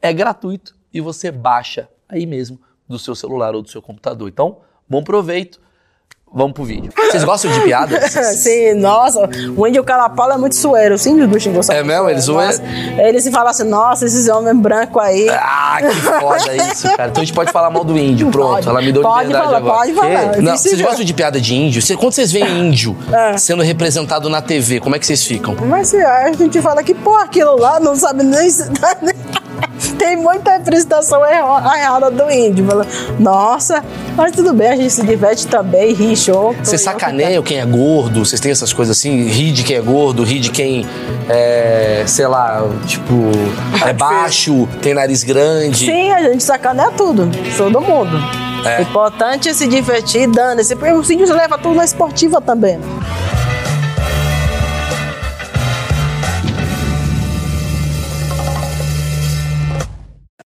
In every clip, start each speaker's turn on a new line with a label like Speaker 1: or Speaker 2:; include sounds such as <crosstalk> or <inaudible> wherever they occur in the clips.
Speaker 1: É gratuito e você baixa aí mesmo do seu celular ou do seu computador. Então, bom proveito. Vamos pro vídeo. Vocês gostam de
Speaker 2: <laughs>
Speaker 1: piadas?
Speaker 2: Sim, nossa. O índio Calapau é muito suero. Os índios do Xingu são
Speaker 1: É
Speaker 2: muito
Speaker 1: mesmo? Eles
Speaker 2: sueros, nossa. Eles falam assim, nossa, esses homens brancos aí.
Speaker 1: Ah, que
Speaker 2: <laughs>
Speaker 1: foda isso, cara. Então a gente pode falar mal do índio, pronto.
Speaker 2: Pode.
Speaker 1: Ela me deu
Speaker 2: Pode
Speaker 1: liberdade
Speaker 2: falar,
Speaker 1: agora.
Speaker 2: pode falar. É.
Speaker 1: Que?
Speaker 2: Eu
Speaker 1: Não,
Speaker 2: disse
Speaker 1: vocês
Speaker 2: já.
Speaker 1: gostam de piada de índio? Cê- Quando vocês veem índio sendo representado na TV, como é que vocês ficam?
Speaker 2: Mas se a gente fala que, pô, aquilo lá não sabe nem... se- <laughs> Tem muita representação erro- errada do índio. Fala, Nossa, mas tudo bem, a gente se diverte também, ri, show.
Speaker 1: Vocês sacaneiam quem é gordo? Vocês têm essas coisas assim? Ri de quem é gordo, ri de quem é, sei lá, tipo,
Speaker 2: <laughs>
Speaker 1: é baixo, tem nariz grande.
Speaker 2: Sim, a gente sacaneia tudo, todo mundo. O importante é se divertir, dane-se. porque Os índios levam tudo na esportiva também.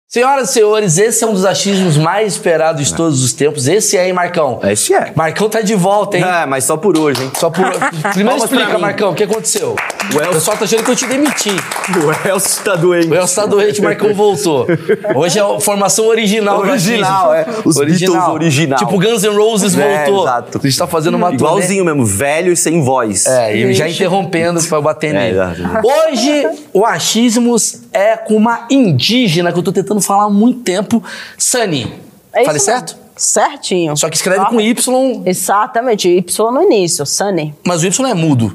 Speaker 1: Senhoras e senhores, esse é um dos achismos mais esperados de todos os tempos. Esse é, hein, Marcão?
Speaker 3: Esse é.
Speaker 1: Marcão tá de volta,
Speaker 3: <laughs>
Speaker 1: hein?
Speaker 3: É, mas só por hoje, hein?
Speaker 1: Só por. Primeiro
Speaker 3: Palmas pra
Speaker 1: explica,
Speaker 3: mim.
Speaker 1: Marcão, o que aconteceu?
Speaker 3: Elcio-
Speaker 1: O pessoal tá achando que eu te demiti.
Speaker 3: <laughs> O Elcio tá doente.
Speaker 1: O Elcio tá doente, o Marcão voltou. Hoje é a formação original. do
Speaker 3: Original,
Speaker 1: artista.
Speaker 3: é. Os Beatles original.
Speaker 1: Tipo Guns N' Roses
Speaker 3: É,
Speaker 1: voltou.
Speaker 3: exato.
Speaker 1: A gente tá fazendo uma turnê.
Speaker 3: Igualzinho mesmo, velho e sem voz.
Speaker 1: É, e já interrompendo pra eu bater nele.
Speaker 3: É, exato.
Speaker 1: Hoje, o achismos é com uma indígena que eu tô tentando falar há muito tempo, Sani.
Speaker 2: É isso
Speaker 1: Falei
Speaker 2: mesmo.
Speaker 1: certo?
Speaker 2: Certinho.
Speaker 1: Só que escreve com Y,
Speaker 2: Exatamente, Y no início, Sunny.
Speaker 1: mas o Y é mudo.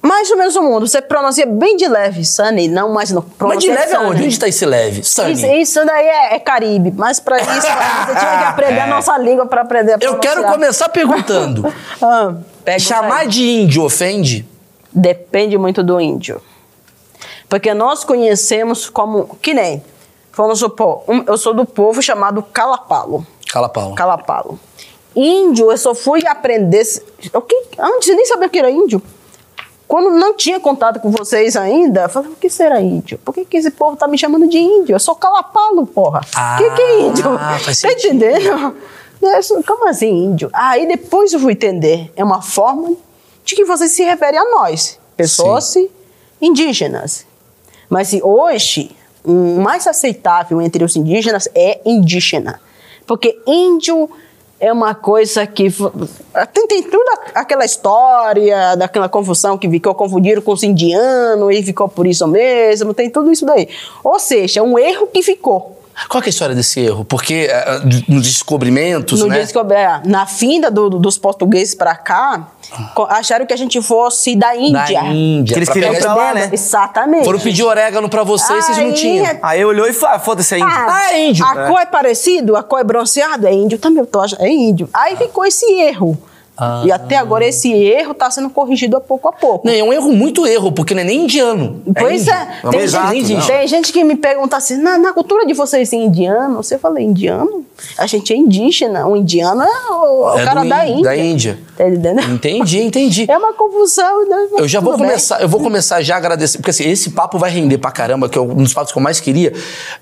Speaker 2: Mais ou menos o mundo, você pronuncia bem de leve, Sunny, não mais no
Speaker 1: Mas de
Speaker 2: pronuncia
Speaker 1: leve
Speaker 2: Sunny.
Speaker 1: aonde? Onde tá esse leve? Sani.
Speaker 2: Isso, isso daí é, é Caribe, mas pra isso
Speaker 1: <laughs>
Speaker 2: você tinha que aprender a nossa língua pra aprender a
Speaker 1: É. Eu quero
Speaker 2: pronunciar.
Speaker 1: começar perguntando.
Speaker 2: Ah, assim, <laughs> pega o
Speaker 1: Chamar
Speaker 2: Sunny.
Speaker 1: de índio ofende?
Speaker 2: Depende muito do índio. Porque nós conhecemos como, que nem, vamos supor, um- eu sou do povo chamado Calapalo.
Speaker 1: Cala a pau.
Speaker 2: Calapalo. Índio, eu só fui aprender. se- O que, antes eu nem sabia o que era índio. Quando não tinha contato com vocês ainda, eu falava, o que será índio? Por que, que esse povo tá me chamando de índio? Eu sou calapalo, porra. O
Speaker 1: Ah,
Speaker 2: que, que é índio?
Speaker 1: faz
Speaker 2: Tá
Speaker 1: sentido.
Speaker 2: entendendo? Né, isso- Como assim, índio? Aí depois eu fui entender. É uma forma de que vocês se referem a nós, pessoas indígenas. Mas se hoje, o mais aceitável entre os indígenas é indígena. Porque índio é uma coisa que. vo- Tem, tem toda aquela história daquela confusão que ficou confundido com os indianos e ficou por isso mesmo, tem tudo isso daí. Ou seja, é um erro que ficou.
Speaker 1: Qual que é a história desse erro? Porque eh, d- nos descobrimentos,
Speaker 2: No
Speaker 1: né?
Speaker 2: dia que eu- é, na finda do- do- dos portugueses pra cá, co- acharam que a gente fosse da
Speaker 1: Ah. Da
Speaker 2: Índia.
Speaker 1: Índia.
Speaker 3: Que eles
Speaker 1: pra
Speaker 3: queriam
Speaker 1: pegar-
Speaker 3: pra lá, né?
Speaker 2: Exatamente.
Speaker 1: Foram pedir orégano pra vocês, vocês não
Speaker 2: Aí
Speaker 1: tinham.
Speaker 2: é
Speaker 3: Aí olhou e falou, ah, foda-se aí. <laughs>
Speaker 2: Ah,
Speaker 1: Ah, é índio.
Speaker 2: A cor é parecido, a cor é bronzeado, é índio também, eu tô achando, é índio.
Speaker 1: Ah.
Speaker 2: Aí ficou esse erro. E até agora esse erro está sendo corrigido a pouco a pouco.
Speaker 1: Não, é um erro, muito erro, porque não é nem indiano.
Speaker 2: Pois
Speaker 1: índio.
Speaker 2: é,
Speaker 1: Não,
Speaker 2: tem,
Speaker 1: exato,
Speaker 2: gente,
Speaker 1: não.
Speaker 2: tem gente que me pergunta assim, na, na cultura de vocês, é indiano? Você fala indiano? A gente é indígena, o indiano é o, o
Speaker 1: É
Speaker 2: cara
Speaker 1: do
Speaker 2: da
Speaker 1: Ín-
Speaker 2: Índia.
Speaker 1: da Índia.
Speaker 2: Tá entendendo?
Speaker 1: Entendi, entendi.
Speaker 2: É uma confusão, né? Mas
Speaker 1: Eu já vou
Speaker 2: tudo bem.
Speaker 1: começar, eu vou começar já agradecendo, porque assim, esse papo vai render pra caramba, que é um dos papos que eu mais queria.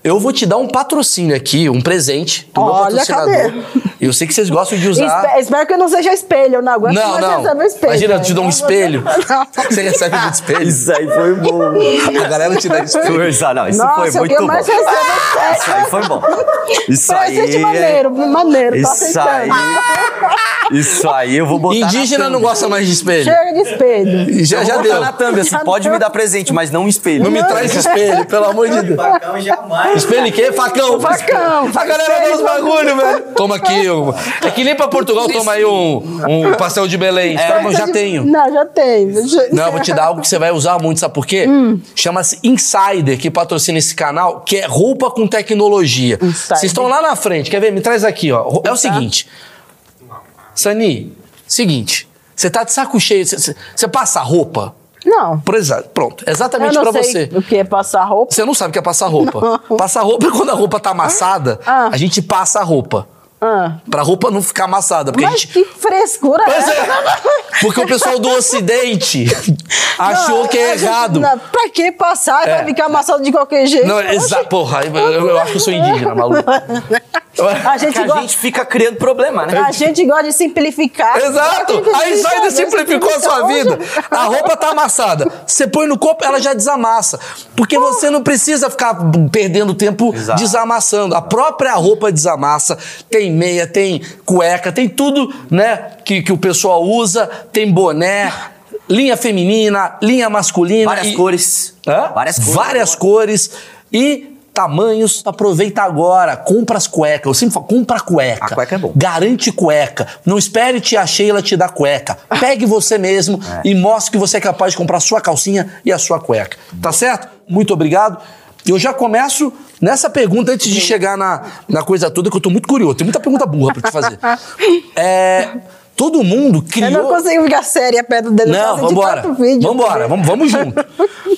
Speaker 1: Eu vou te dar um patrocínio aqui, um presente do meu
Speaker 2: Olha,
Speaker 1: patrocinador.
Speaker 2: cadê?
Speaker 1: Eu sei que vocês gostam de
Speaker 2: Espe-
Speaker 1: usar.
Speaker 2: Espero, que não seja espelho, eu não aguento
Speaker 1: Não,
Speaker 2: mais
Speaker 1: não.
Speaker 2: receber espelho. né?
Speaker 1: Imagina, eu te dou um
Speaker 2: Não,
Speaker 1: espelho.
Speaker 2: <laughs> não.
Speaker 1: Você recebe um espelho.
Speaker 3: Isso aí foi
Speaker 1: <laughs>
Speaker 3: bom.
Speaker 1: A galera te
Speaker 2: <laughs>
Speaker 1: dá espelho.
Speaker 3: Força, não, isso foi
Speaker 2: Nossa, eu
Speaker 3: muito
Speaker 2: quero
Speaker 3: bom.
Speaker 2: mais receber espelho. <laughs>
Speaker 3: Isso aí foi bom. Isso aí.
Speaker 1: é
Speaker 2: tá Presente maneiro, maneiro, tô
Speaker 3: Isso aí.
Speaker 2: aceitando.
Speaker 3: Isso aí eu vou botar. na
Speaker 1: Indígena não
Speaker 3: thumb.
Speaker 1: gosta mais de espelho.
Speaker 2: Chega de espelho.
Speaker 1: Já,
Speaker 3: Eu
Speaker 1: já
Speaker 3: vou
Speaker 1: deu.
Speaker 3: botar na thumb, assim,
Speaker 2: Já
Speaker 3: pode
Speaker 2: deu.
Speaker 3: me dar presente, mas não um espelho.
Speaker 1: Não me traz espelho, pelo amor de Deus.
Speaker 4: Facão jamais.
Speaker 1: Espelho e quê? Facão.
Speaker 2: Facão.
Speaker 1: A galera dá uns bagulho, velho. Toma aqui. Um... É que nem pra Portugal toma aí um, um pastel de Belém. Os caras falam, já tenho.
Speaker 2: Não, já tenho. Já-
Speaker 1: Não, eu vou te dar algo que você vai usar muito, sabe por quê?
Speaker 2: Hum.
Speaker 1: Chama-se Insider, que patrocina esse canal, que é roupa com tecnologia.
Speaker 2: Insider. Tá.
Speaker 1: Vocês estão lá na frente, quer ver? Me traz aqui, ó. É o seguinte. Sani, seguinte. Você tá de saco cheio, você- você você passa roupa.
Speaker 2: Não.
Speaker 1: Por exa- Pronto,
Speaker 2: Eu
Speaker 1: exatamente
Speaker 2: não
Speaker 1: pra
Speaker 2: sei
Speaker 1: você.
Speaker 2: o que é passar roupa.
Speaker 1: Você não sabe o que é passar roupa.
Speaker 2: Não.
Speaker 1: Passar roupa é quando a roupa tá amassada,
Speaker 2: Ah.
Speaker 1: a gente passa a roupa.
Speaker 2: Ah.
Speaker 1: Pra roupa não ficar amassada. Porque a
Speaker 2: Mas
Speaker 1: gente.
Speaker 2: que frescura
Speaker 1: Pois
Speaker 2: é
Speaker 1: é, porque o pessoal do
Speaker 2: <laughs>
Speaker 1: Ocidente achou
Speaker 2: Não,
Speaker 1: que é
Speaker 2: a gente-
Speaker 1: errado.
Speaker 2: não, pra que passar?
Speaker 1: É.
Speaker 2: Vai ficar amassado de qualquer jeito.
Speaker 1: Não,
Speaker 2: é-
Speaker 1: exa porra, eu, eu acho que eu sou indígena, maluco.
Speaker 2: A gente,
Speaker 3: Que a
Speaker 2: gosta,
Speaker 3: gente fica criando problema, né?
Speaker 2: a gente gosta de simplificar.
Speaker 1: É. Exato! Aí só ainda simplificou a sua vida. A roupa tá amassada. Você põe no corpo, ela já desamassa. Porque você não precisa ficar perdendo tempo
Speaker 3: Exato.
Speaker 1: desamassando. A própria roupa desamassa. Tem meia, tem cueca, tem tudo, né? Que, que o pessoal usa. Tem boné, linha feminina, linha masculina.
Speaker 3: Várias
Speaker 1: e-
Speaker 3: cores.
Speaker 1: Hã?
Speaker 3: Várias cores.
Speaker 1: Várias cores e tamanhos. Aproveita agora. Compra as cuecas. Eu sempre falo, compra a cueca.
Speaker 3: A cueca é bom.
Speaker 1: Garante cueca. Não espere tia Sheila te dar cueca. Pegue você
Speaker 3: <laughs>
Speaker 1: mesmo e mostre que você é capaz de comprar a sua calcinha e a sua cueca. Tá certo? Muito obrigado. Eu já começo nessa pergunta antes de chegar na, na coisa toda, que eu tô muito curioso. Tem muita pergunta burra pra te fazer.
Speaker 2: <laughs>
Speaker 1: É, todo mundo criou...
Speaker 2: Eu não consigo ficar séria perto dele.
Speaker 1: Não,
Speaker 2: por causa de né?
Speaker 1: vambora.
Speaker 2: tanto vídeo.
Speaker 1: Vambora, vamos, vamos junto. <laughs>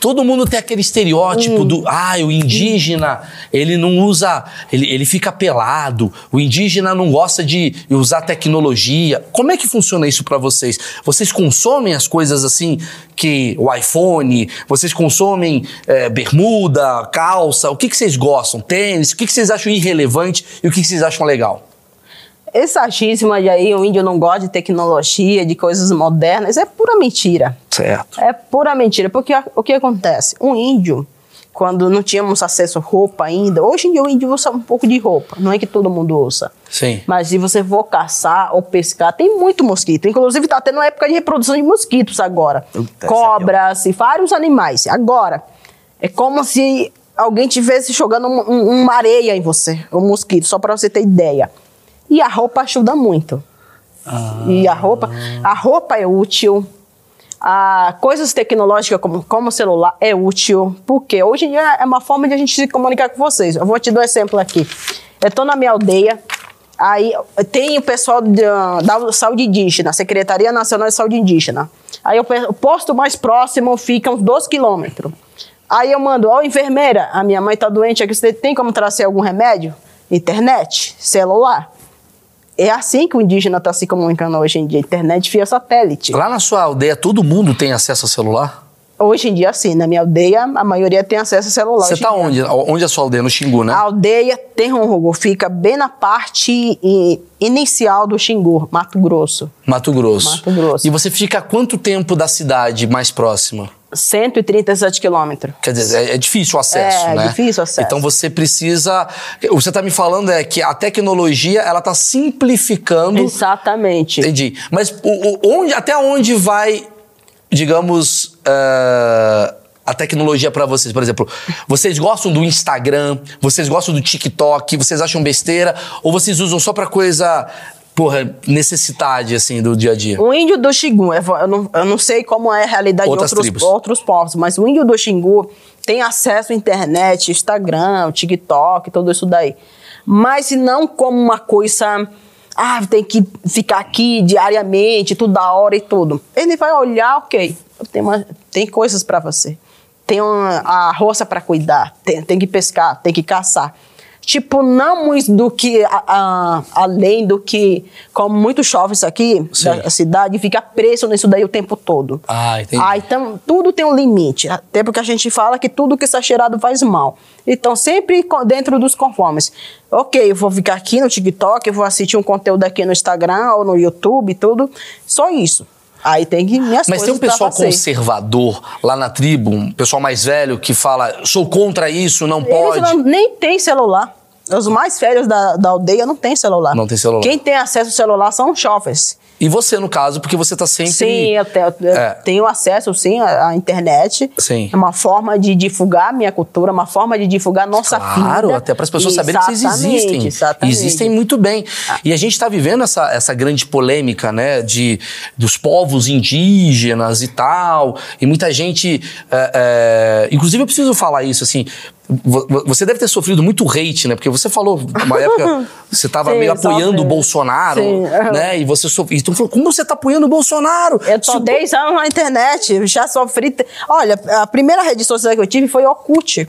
Speaker 1: Todo mundo tem aquele estereótipo do, ah, o indígena, ele não usa, ele, ele fica pelado, o indígena não gosta de usar tecnologia. Como é que funciona isso pra vocês? Vocês consomem as coisas assim, que o iPhone, vocês consomem eh, bermuda, calça, o que, que vocês gostam? Tênis, o que, que vocês acham irrelevante e o que, que vocês acham legal?
Speaker 2: Esse achismo de aí, o índio não gosta de tecnologia, de coisas modernas, é pura mentira.
Speaker 1: Certo.
Speaker 2: É pura mentira, porque a- o que acontece? Um índio, quando não tínhamos acesso a roupa ainda, hoje em dia o índio usa um pouco de roupa, não é que todo mundo usa.
Speaker 1: Sim.
Speaker 2: Mas se você for caçar ou pescar, tem muito mosquito. Inclusive, está tendo uma época de reprodução de mosquitos agora.
Speaker 3: Puta,
Speaker 2: Cobras e vários animais. Agora, é como se alguém tivesse jogando um- um- uma areia em você, um mosquito, só para você ter ideia. E a roupa ajuda muito. E a roupa, a roupa é útil. A coisas tecnológicas como, como o celular é útil, porque hoje em dia é uma forma de a gente se comunicar com vocês. Eu vou te dar um exemplo aqui. Eu tô na minha aldeia, aí tem o pessoal da, da saúde indígena, Secretaria Nacional de Saúde Indígena. Aí eu pe- o posto mais próximo fica uns 12 quilômetros. Aí eu mando, ó, enfermeira, a minha mãe tá doente aqui, você tem como trazer algum remédio? Internet, celular. É assim que o indígena está se comunicando hoje em dia, internet via satélite.
Speaker 1: Lá na sua aldeia, todo mundo tem acesso a celular?
Speaker 2: Hoje em dia, assim, na minha aldeia, a maioria tem acesso a celular.
Speaker 1: Você
Speaker 2: Hoje em
Speaker 1: tá
Speaker 2: dia,
Speaker 1: onde? Onde é a sua aldeia? No Xingu, né?
Speaker 2: A aldeia tem um rogo, fica bem na parte i- inicial do Xingu, Mato Grosso.
Speaker 1: Mato Grosso.
Speaker 2: Mato Grosso.
Speaker 1: E você fica a quanto tempo da cidade mais próxima?
Speaker 2: 137 quilômetros.
Speaker 1: Quer dizer, é, é difícil o acesso,
Speaker 2: É,
Speaker 1: né?
Speaker 2: difícil o acesso.
Speaker 1: Então você precisa. O que você tá me falando é que a tecnologia ela tá simplificando.
Speaker 2: Exatamente.
Speaker 1: Entendi. Mas o- o- onde, até onde vai, digamos, eh, a tecnologia pra vocês? Por exemplo, vocês gostam do Instagram? Vocês gostam do TikTok? Vocês acham besteira? Ou vocês usam só pra coisa, porra, necessidade, assim, do dia a dia?
Speaker 2: O índio do Xingu, eu, vou- eu não, eu não sei como é a realidade
Speaker 1: Outras
Speaker 2: de
Speaker 1: tribos.
Speaker 2: outros, outros povos, mas o índio do Xingu tem acesso à internet, Instagram, TikTok, tudo isso daí. Mas não como uma coisa. Ah, tem que ficar aqui diariamente, toda hora e tudo. Ele vai olhar, ok, tem, uma, tem coisas para você. Tem uma, a roça para cuidar, tem, tem que pescar, tem que caçar. Tipo, não muito do que, a- a- além do que, como muitos jovens aqui, da cidade, fica preso nisso daí o tempo todo.
Speaker 1: Ah, entendi.
Speaker 2: Ah, então tudo tem um limite. Até porque a gente fala que tudo que está cheirado faz mal. Então, sempre co- dentro dos conformes. Ok, eu vou ficar aqui no TikTok, eu vou assistir um conteúdo aqui no Instagram ou no YouTube, tudo. Só isso. Aí tem que
Speaker 1: Mas
Speaker 2: minhas
Speaker 1: tem
Speaker 2: coisas
Speaker 1: um pessoal
Speaker 2: pra fazer.
Speaker 1: conservador lá na tribo, um pessoal mais velho que fala, sou contra isso, não pode.
Speaker 2: Eles não, nem tem celular. Os mais velhos da, da aldeia não têm celular.
Speaker 1: Não tem celular.
Speaker 2: Quem tem acesso ao celular são os jovens.
Speaker 1: E você, no caso, porque você tá sempre.
Speaker 2: Sim, eu, te- eu
Speaker 1: É.
Speaker 2: tenho acesso sim à, à internet.
Speaker 1: Sim.
Speaker 2: É uma forma de divulgar a minha cultura, uma forma de divulgar a nossa
Speaker 1: Claro,
Speaker 2: vida.
Speaker 1: até para as pessoas saberem que vocês
Speaker 2: Exatamente,
Speaker 1: existem.
Speaker 2: Exatamente.
Speaker 1: Existem muito bem. E a gente está vivendo essa, essa grande polêmica, né, de, dos povos indígenas e tal. E muita gente. é, é, inclusive, eu preciso falar isso, assim. vo- vo- Você deve ter sofrido muito hate, né? Porque você falou, uma
Speaker 2: <laughs>
Speaker 1: época, você estava
Speaker 2: Sim,
Speaker 1: meio apoiando o
Speaker 2: sofre.
Speaker 1: Bolsonaro,
Speaker 2: Sim, aham.
Speaker 1: né? E você sofreu. Então falou, como você tá apoiando o Bolsonaro?
Speaker 2: Eu tô
Speaker 1: Isso-
Speaker 2: 10 anos na internet, eu já sofri. te- Olha, a primeira rede social que eu tive foi Orkut.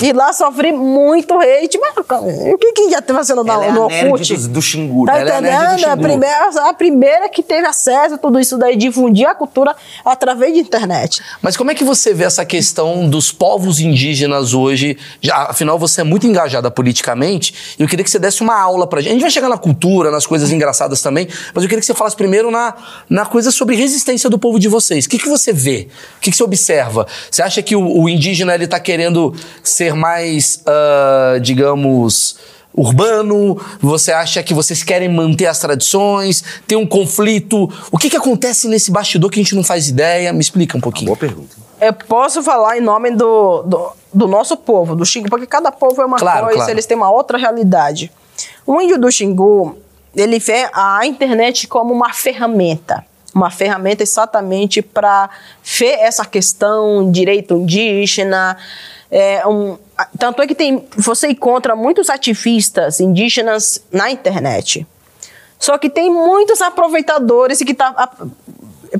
Speaker 2: E lá sofri muito hate. Mas o que, que já teve sendo
Speaker 3: Ela
Speaker 2: no,
Speaker 3: é a
Speaker 2: no
Speaker 3: nerd
Speaker 2: Orkut?
Speaker 3: dos- do Xingu.
Speaker 2: Tá
Speaker 3: Ela é a nerd do
Speaker 2: entendendo? a,
Speaker 3: Xingu.
Speaker 2: primeira, a primeira que teve acesso a tudo isso daí, difundir a cultura através de internet.
Speaker 1: Mas como é que você vê essa questão dos povos indígenas hoje? Já, afinal, você é muito engajada politicamente. e Eu queria que você desse uma aula pra gente. A gente vai chegar na cultura, nas coisas engraçadas também, mas eu queria que você falasse primeiro na, na coisa sobre resistência do povo de vocês. O que, que você vê? O que, que você observa? Você acha que o, o indígena ele tá querendo ser mais, ah, digamos, urbano? Você acha que vocês querem manter as tradições? Tem um conflito? O que, que acontece nesse bastidor que a gente não faz ideia? Me explica um pouquinho.
Speaker 3: Boa pergunta.
Speaker 2: Eu É, posso falar em nome do, do, do nosso povo, do Xingu, porque cada povo é uma
Speaker 1: Claro,
Speaker 2: coisa,
Speaker 1: claro.
Speaker 2: eles têm uma outra realidade. O índio do Xingu, ele vê a internet como uma ferramenta. Uma ferramenta exatamente para ver essa questão direito indígena. é, um- a- tanto é que tem, você encontra muitos ativistas indígenas na internet. Só que tem muitos aproveitadores e que tá a-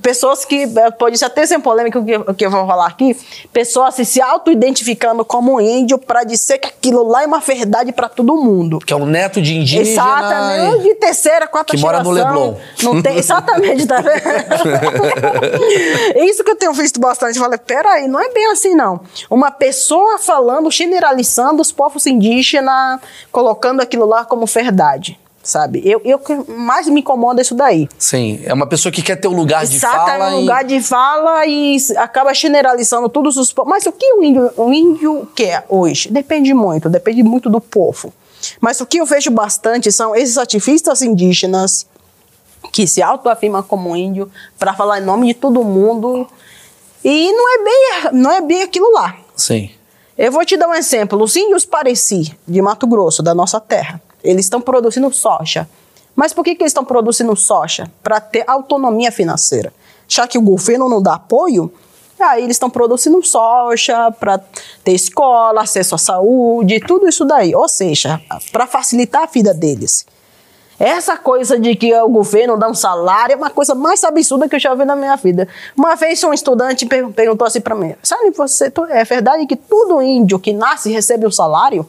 Speaker 2: pessoas que eh, pode ser até sem polêmica o que, o que eu vou falar aqui, pessoas se auto-identificando como índio para dizer que aquilo lá é uma verdade para todo mundo.
Speaker 1: Que é o neto de indígena.
Speaker 2: Exatamente, de terceira, quarta
Speaker 1: Que mora no
Speaker 2: geração.
Speaker 1: Leblon.
Speaker 2: Não tem, exatamente, tá
Speaker 1: <laughs>
Speaker 2: vendo? Isso que eu tenho visto bastante. Eu Falei, peraí, não é bem assim, não. Uma pessoa falando, generalizando os povos indígenas, colocando aquilo lá como verdade, sabe? Eu, eu que mais me incomoda é isso daí.
Speaker 1: Sim, é uma pessoa que quer ter o lugar de
Speaker 2: Exata
Speaker 1: fala.
Speaker 2: no
Speaker 1: e-
Speaker 2: é um lugar de fala e s- acaba generalizando todos os povos. Mas o que o índio, o índio quer hoje? Depende muito, depende muito do povo. Mas o que eu vejo bastante são esses ativistas indígenas que se autoafirmam como índio para falar em nome de todo mundo. E não é bem, não é bem aquilo lá.
Speaker 1: Sim.
Speaker 2: Eu vou te dar um exemplo. Os índios Pareci, de Mato Grosso, da nossa terra, eles estão produzindo soja. Mas por que, que eles estão produzindo soja? Para ter autonomia financeira. Já que o governo não dá apoio, aí eles estão produzindo soja para ter escola, acesso à saúde, tudo isso daí. Ou seja, para facilitar a vida deles. Essa coisa de que o governo dá um salário é uma coisa mais absurda que eu já vi na minha vida. Uma vez um estudante per- perguntou assim para mim: Sabe, você, tu- é verdade que todo índio que nasce recebe um salário?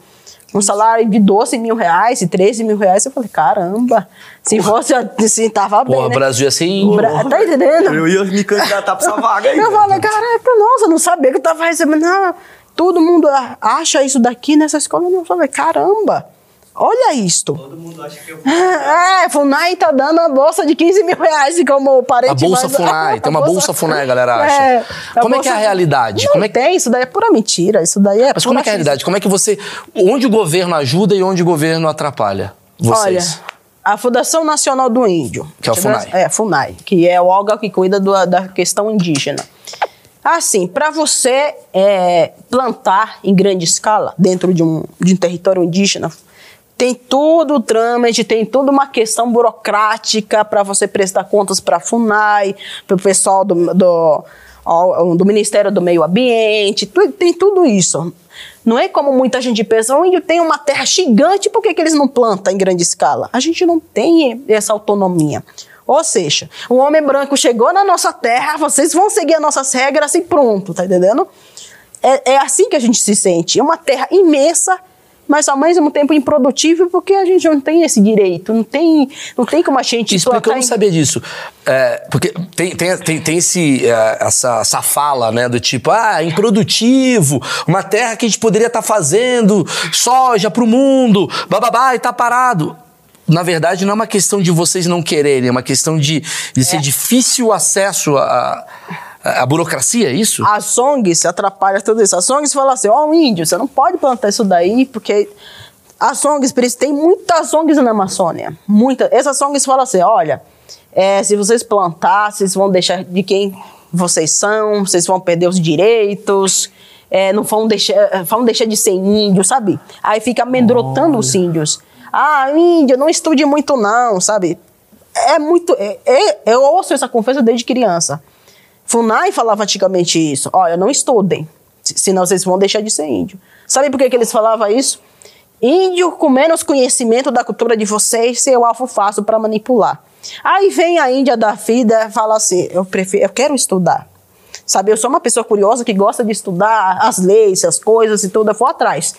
Speaker 2: Um salário de 12 mil reais e 13 mil reais? Eu falei: Caramba, se fosse assim, tava bem.
Speaker 1: Porra,
Speaker 2: né?
Speaker 1: Brasil é assim.
Speaker 2: Bra- Tá entendendo?
Speaker 3: Eu ia me candidatar pra essa vaga aí.
Speaker 2: Eu
Speaker 3: velho.
Speaker 2: falei, caraca, nossa, não sabia que eu tava recebendo. Não, todo mundo a- acha isso daqui nessa escola. Não, eu falei, caramba, olha isto. Todo mundo <laughs> acha que eu É, Funai tá dando uma bolsa de 15 mil reais, como o parente.
Speaker 1: A Bolsa
Speaker 2: mais- <laughs>
Speaker 1: Funai, tem uma Bolsa Funai, a galera acha. Como é que é a realidade?
Speaker 2: Não
Speaker 1: Como é que-
Speaker 2: tem, isso daí é pura mentira. Isso daí é.
Speaker 1: Mas como é
Speaker 2: pura
Speaker 1: que é a
Speaker 2: mentira.
Speaker 1: realidade? Como é que você. Onde o governo ajuda e onde o governo atrapalha? Vocês.
Speaker 2: Olha, a Fundação Nacional do Índio.
Speaker 1: Que é o FUNAI.
Speaker 2: É, FUNAI, que é o órgão que cuida do- da questão indígena. Assim, para você é, plantar em grande escala dentro de um, de um território indígena, tem todo o trâmite, tem toda uma questão burocrática para você prestar contas para a FUNAI, para o pessoal do, do, ao- do Ministério do Meio Ambiente, tu- tem tudo isso. Não é como muita gente pensa, o índio tem uma terra gigante, por que, que eles não plantam em grande escala? A gente não tem essa autonomia. Ou seja, o homem branco chegou na nossa terra, vocês vão seguir as nossas regras e pronto, tá entendendo? É, é assim que a gente se sente. É uma terra imensa, mas ao mesmo tempo improdutível, porque a gente não tem esse direito, não tem, não tem como a gente
Speaker 1: Explica, eu
Speaker 2: plantar
Speaker 1: não
Speaker 2: em-
Speaker 1: sabia disso. É, porque tem, tem, tem, tem esse, é, essa, essa fala, né, do tipo, ah, improdutivo, uma terra que a gente poderia estar fazendo soja pro mundo, bababá, e tá parado. Na verdade, não é uma questão de vocês não quererem, é uma questão de, de
Speaker 2: É.
Speaker 1: ser difícil o acesso à, à, à burocracia, é isso?
Speaker 2: As um songs atrapalham tudo isso. As songs falam assim: ó, índio, você não pode plantar isso daí, porque As songs, por isso, tem muitas songs na Amazônia. Muitas. Essas songs falam assim, olha, é, se vocês plantar, vocês vão deixar de quem vocês são, vocês vão perder os direitos, é, não vão deixar, vão deixar de ser índios, sabe? Aí fica amedrontando os índios. Ah, índio, não estude muito não, sabe? É muito... é- é- eu ouço essa conversa desde criança. Funai falava antigamente isso. Olha, não estudem, se- senão vocês vão deixar de ser índio. Sabe por que, que eles falavam isso? Índio com menos conhecimento da cultura de vocês, seu alvo fácil para manipular. Aí vem a Índia da vida e fala assim: eu, prefiro, eu quero estudar. Sabe, eu sou uma pessoa curiosa que gosta de estudar as leis, as coisas e tudo, eu vou atrás.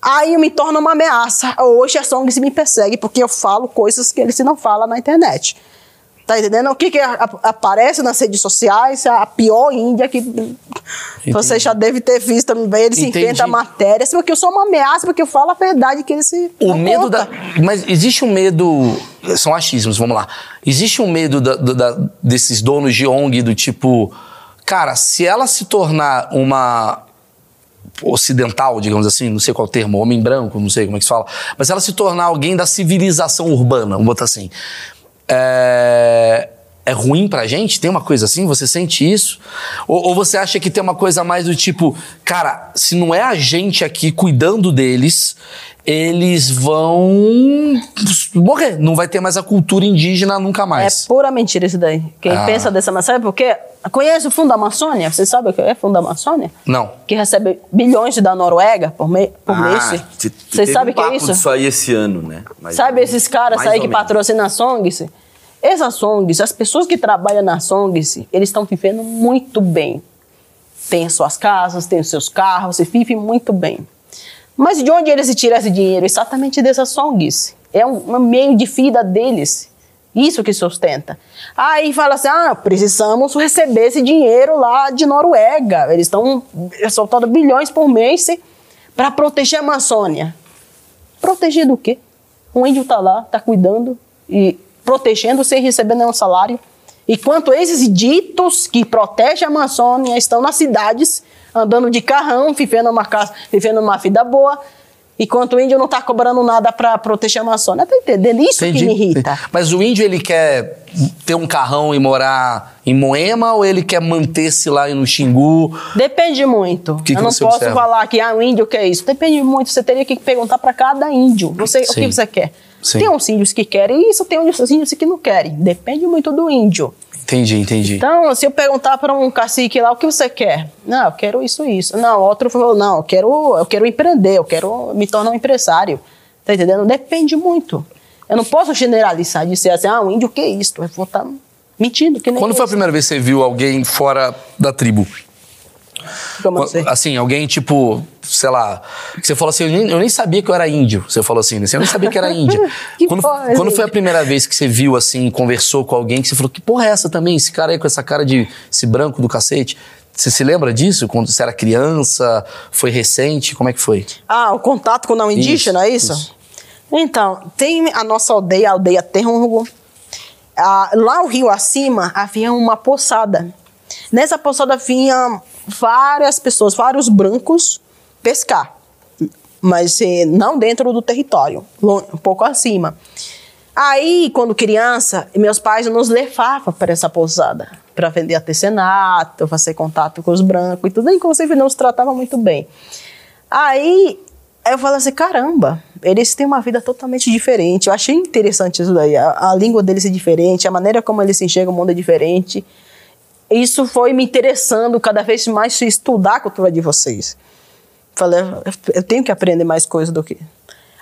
Speaker 2: Aí eu me torno uma ameaça. Hoje a Songs me persegue porque eu falo coisas que eles não falam na internet. Tá entendendo? O que, que a- a- aparece nas redes sociais? é A pior Índia que você já deve ter visto também. Eles
Speaker 1: Entendi.
Speaker 2: inventam matérias, porque eu sou uma ameaça, porque eu falo a verdade que eles se.
Speaker 1: O
Speaker 2: não
Speaker 1: medo
Speaker 2: conta.
Speaker 1: da. Mas existe um medo. São achismos, vamos lá. Existe um medo da- da- da- desses donos de ONG do tipo. Cara, se ela se tornar uma ocidental, digamos assim, não sei qual o termo, homem branco, não sei como é que se fala, mas se ela se tornar alguém da civilização urbana, vamos botar assim. É, é ruim pra gente? Tem uma coisa assim? Você sente isso? Ou, ou você acha que tem uma coisa mais do tipo, cara, se não é a gente aqui cuidando deles, eles vão morrer. Não vai ter mais a cultura indígena nunca
Speaker 2: É
Speaker 1: mais.
Speaker 2: pura mentira isso daí. Quem
Speaker 1: Ah.
Speaker 2: pensa dessa maneira, sabe por quê? Conhece o Fundo Amazônia? Você sabe o que é Fundo Amazônia?
Speaker 1: Não. Ah,
Speaker 2: Que recebe bilhões da Noruega por, me por mês.
Speaker 3: Ah, te- te-
Speaker 2: Você
Speaker 3: teve
Speaker 2: sabe
Speaker 3: um
Speaker 2: o que
Speaker 3: papo
Speaker 2: é isso?
Speaker 3: disso aí esse ano, né? Mas-
Speaker 2: Sabe esses caras
Speaker 3: mais
Speaker 2: aí
Speaker 3: ou
Speaker 2: que
Speaker 3: menos.
Speaker 2: patrocinam a Songs? Essas Songs, as pessoas que trabalham na Songs, eles estão vivendo muito bem. Tem as suas casas, tem os seus carros, e vivem muito bem. Mas de onde eles tiram esse dinheiro? Exatamente dessas Songs. É um, um meio de vida deles. Isso que sustenta. Aí fala assim: ah, precisamos receber esse dinheiro lá de Noruega. Eles estão soltando bilhões por mês para proteger a Amazônia. Proteger do quê? O índio está lá, está cuidando e protegendo sem receber nenhum salário. Enquanto esses ditos que protegem a Amazônia estão nas cidades, andando de carrão, vivendo uma casa, vivendo uma vida boa, enquanto o índio não está cobrando nada para proteger a Amazônia. Está entendendo? Isso que me irrita.
Speaker 1: Mas o índio, ele quer ter um carrão e morar em Moema ou ele quer manter-se lá no Xingu?
Speaker 2: Depende muito.
Speaker 1: que
Speaker 2: Eu não
Speaker 1: você
Speaker 2: posso
Speaker 1: observa?
Speaker 2: falar que ah, o índio quer isso. Depende muito. Você teria que perguntar para cada índio você, o
Speaker 1: Sim.
Speaker 2: que você quer.
Speaker 1: Sim.
Speaker 2: Tem uns índios que querem isso, tem uns índios que não querem. Depende muito do índio.
Speaker 1: Entendi, entendi.
Speaker 2: Então, se eu perguntar para um cacique lá o que você quer, não, eu quero isso, isso. Não, outro falou, não, eu quero, eu quero empreender, eu quero me tornar um empresário. Tá entendendo? Depende muito. Eu não posso generalizar, dizer assim, ah, um índio que é isso? Eu vou estar mentindo, que nem
Speaker 1: Quando foi a
Speaker 2: isso.
Speaker 1: primeira vez que você viu alguém fora da tribo?
Speaker 2: Como eu sei.
Speaker 1: Assim, alguém tipo, sei lá, que você falou assim, eu nem, eu nem sabia que eu era índio. Você falou assim, né? Assim, Eu nem sabia que era índio.
Speaker 2: <laughs> Que
Speaker 1: quando,
Speaker 2: porra, é
Speaker 1: quando foi a
Speaker 2: gente.
Speaker 1: primeira vez que você viu assim, conversou com alguém, que você falou, que porra é essa também? Esse cara aí com essa cara de, esse branco do cacete. Você se lembra disso? Quando você era criança? Foi recente? Como é que foi?
Speaker 2: Ah, o contato com o não indígena, é isso?
Speaker 1: isso.
Speaker 2: Então, tem a nossa aldeia, a aldeia Terrungo. Ah, lá o rio acima havia uma poçada. Nessa poçada vinham várias pessoas, vários brancos, pescar. Mas eh, não dentro do território, lo- um pouco acima. Aí, quando criança, meus pais nos levavam para essa pousada para vender artesanato, fazer contato com os brancos e tudo. Inclusive, não se tratava muito bem. Aí eu falo assim: caramba, eles têm uma vida totalmente diferente. Eu achei interessante isso daí. A, a língua deles é diferente, a maneira como eles enxergam o mundo é diferente. Isso foi me interessando cada vez mais em estudar a cultura de vocês. Falei, eu- eu tenho que aprender mais coisas do que.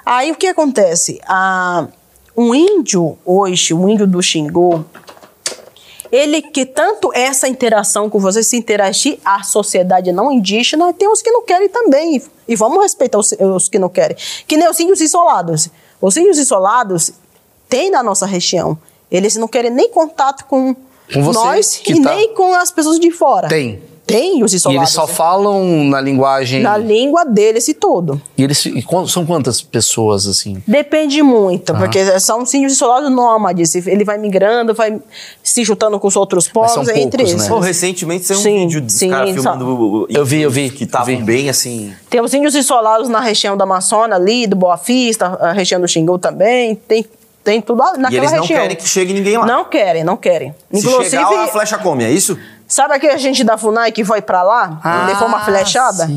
Speaker 2: Aí o que acontece? Ah, um índio hoje, um índio do Xingu, ele que tanto essa interação com você, se interagir a sociedade não indígena, tem uns que não querem também. E vamos respeitar os, os que não querem. Que nem os índios isolados. Os índios isolados tem na nossa região. Eles não querem nem contato com,
Speaker 1: Com você
Speaker 2: nós
Speaker 1: que
Speaker 2: e
Speaker 1: tá-
Speaker 2: nem com as pessoas de fora.
Speaker 1: Tem.
Speaker 2: Tem
Speaker 1: E eles
Speaker 2: os isolados. né?
Speaker 1: só falam na linguagem.
Speaker 2: Na língua deles e tudo.
Speaker 1: E eles e quan- são quantas pessoas assim?
Speaker 2: Depende muito, porque são índios isolados nômades. Ele vai migrando, vai se juntando com os outros
Speaker 1: Mas são
Speaker 2: povos, é entre
Speaker 1: poucos, né?
Speaker 2: eles.
Speaker 3: Pô, recentemente saiu um
Speaker 2: Sim,
Speaker 3: vídeo dos
Speaker 2: sim,
Speaker 3: caras
Speaker 2: só-
Speaker 3: filmando. o- o-
Speaker 1: Eu vi, eu vi,
Speaker 3: Que estavam
Speaker 1: vi.
Speaker 3: bem assim.
Speaker 2: Tem os índios isolados na região da Amazônia ali, do Boa Vista, a região do Xingu também. Tem, tem tudo ali naquela
Speaker 3: e eles não
Speaker 2: Tá região.
Speaker 3: querem que chegue ninguém lá.
Speaker 2: Não querem, não querem.
Speaker 3: Se chegar lá, a
Speaker 2: Inclusive,
Speaker 3: flecha come, é isso?
Speaker 2: sabe aquele gente da FUNAI que foi pra lá e levou uma flechada?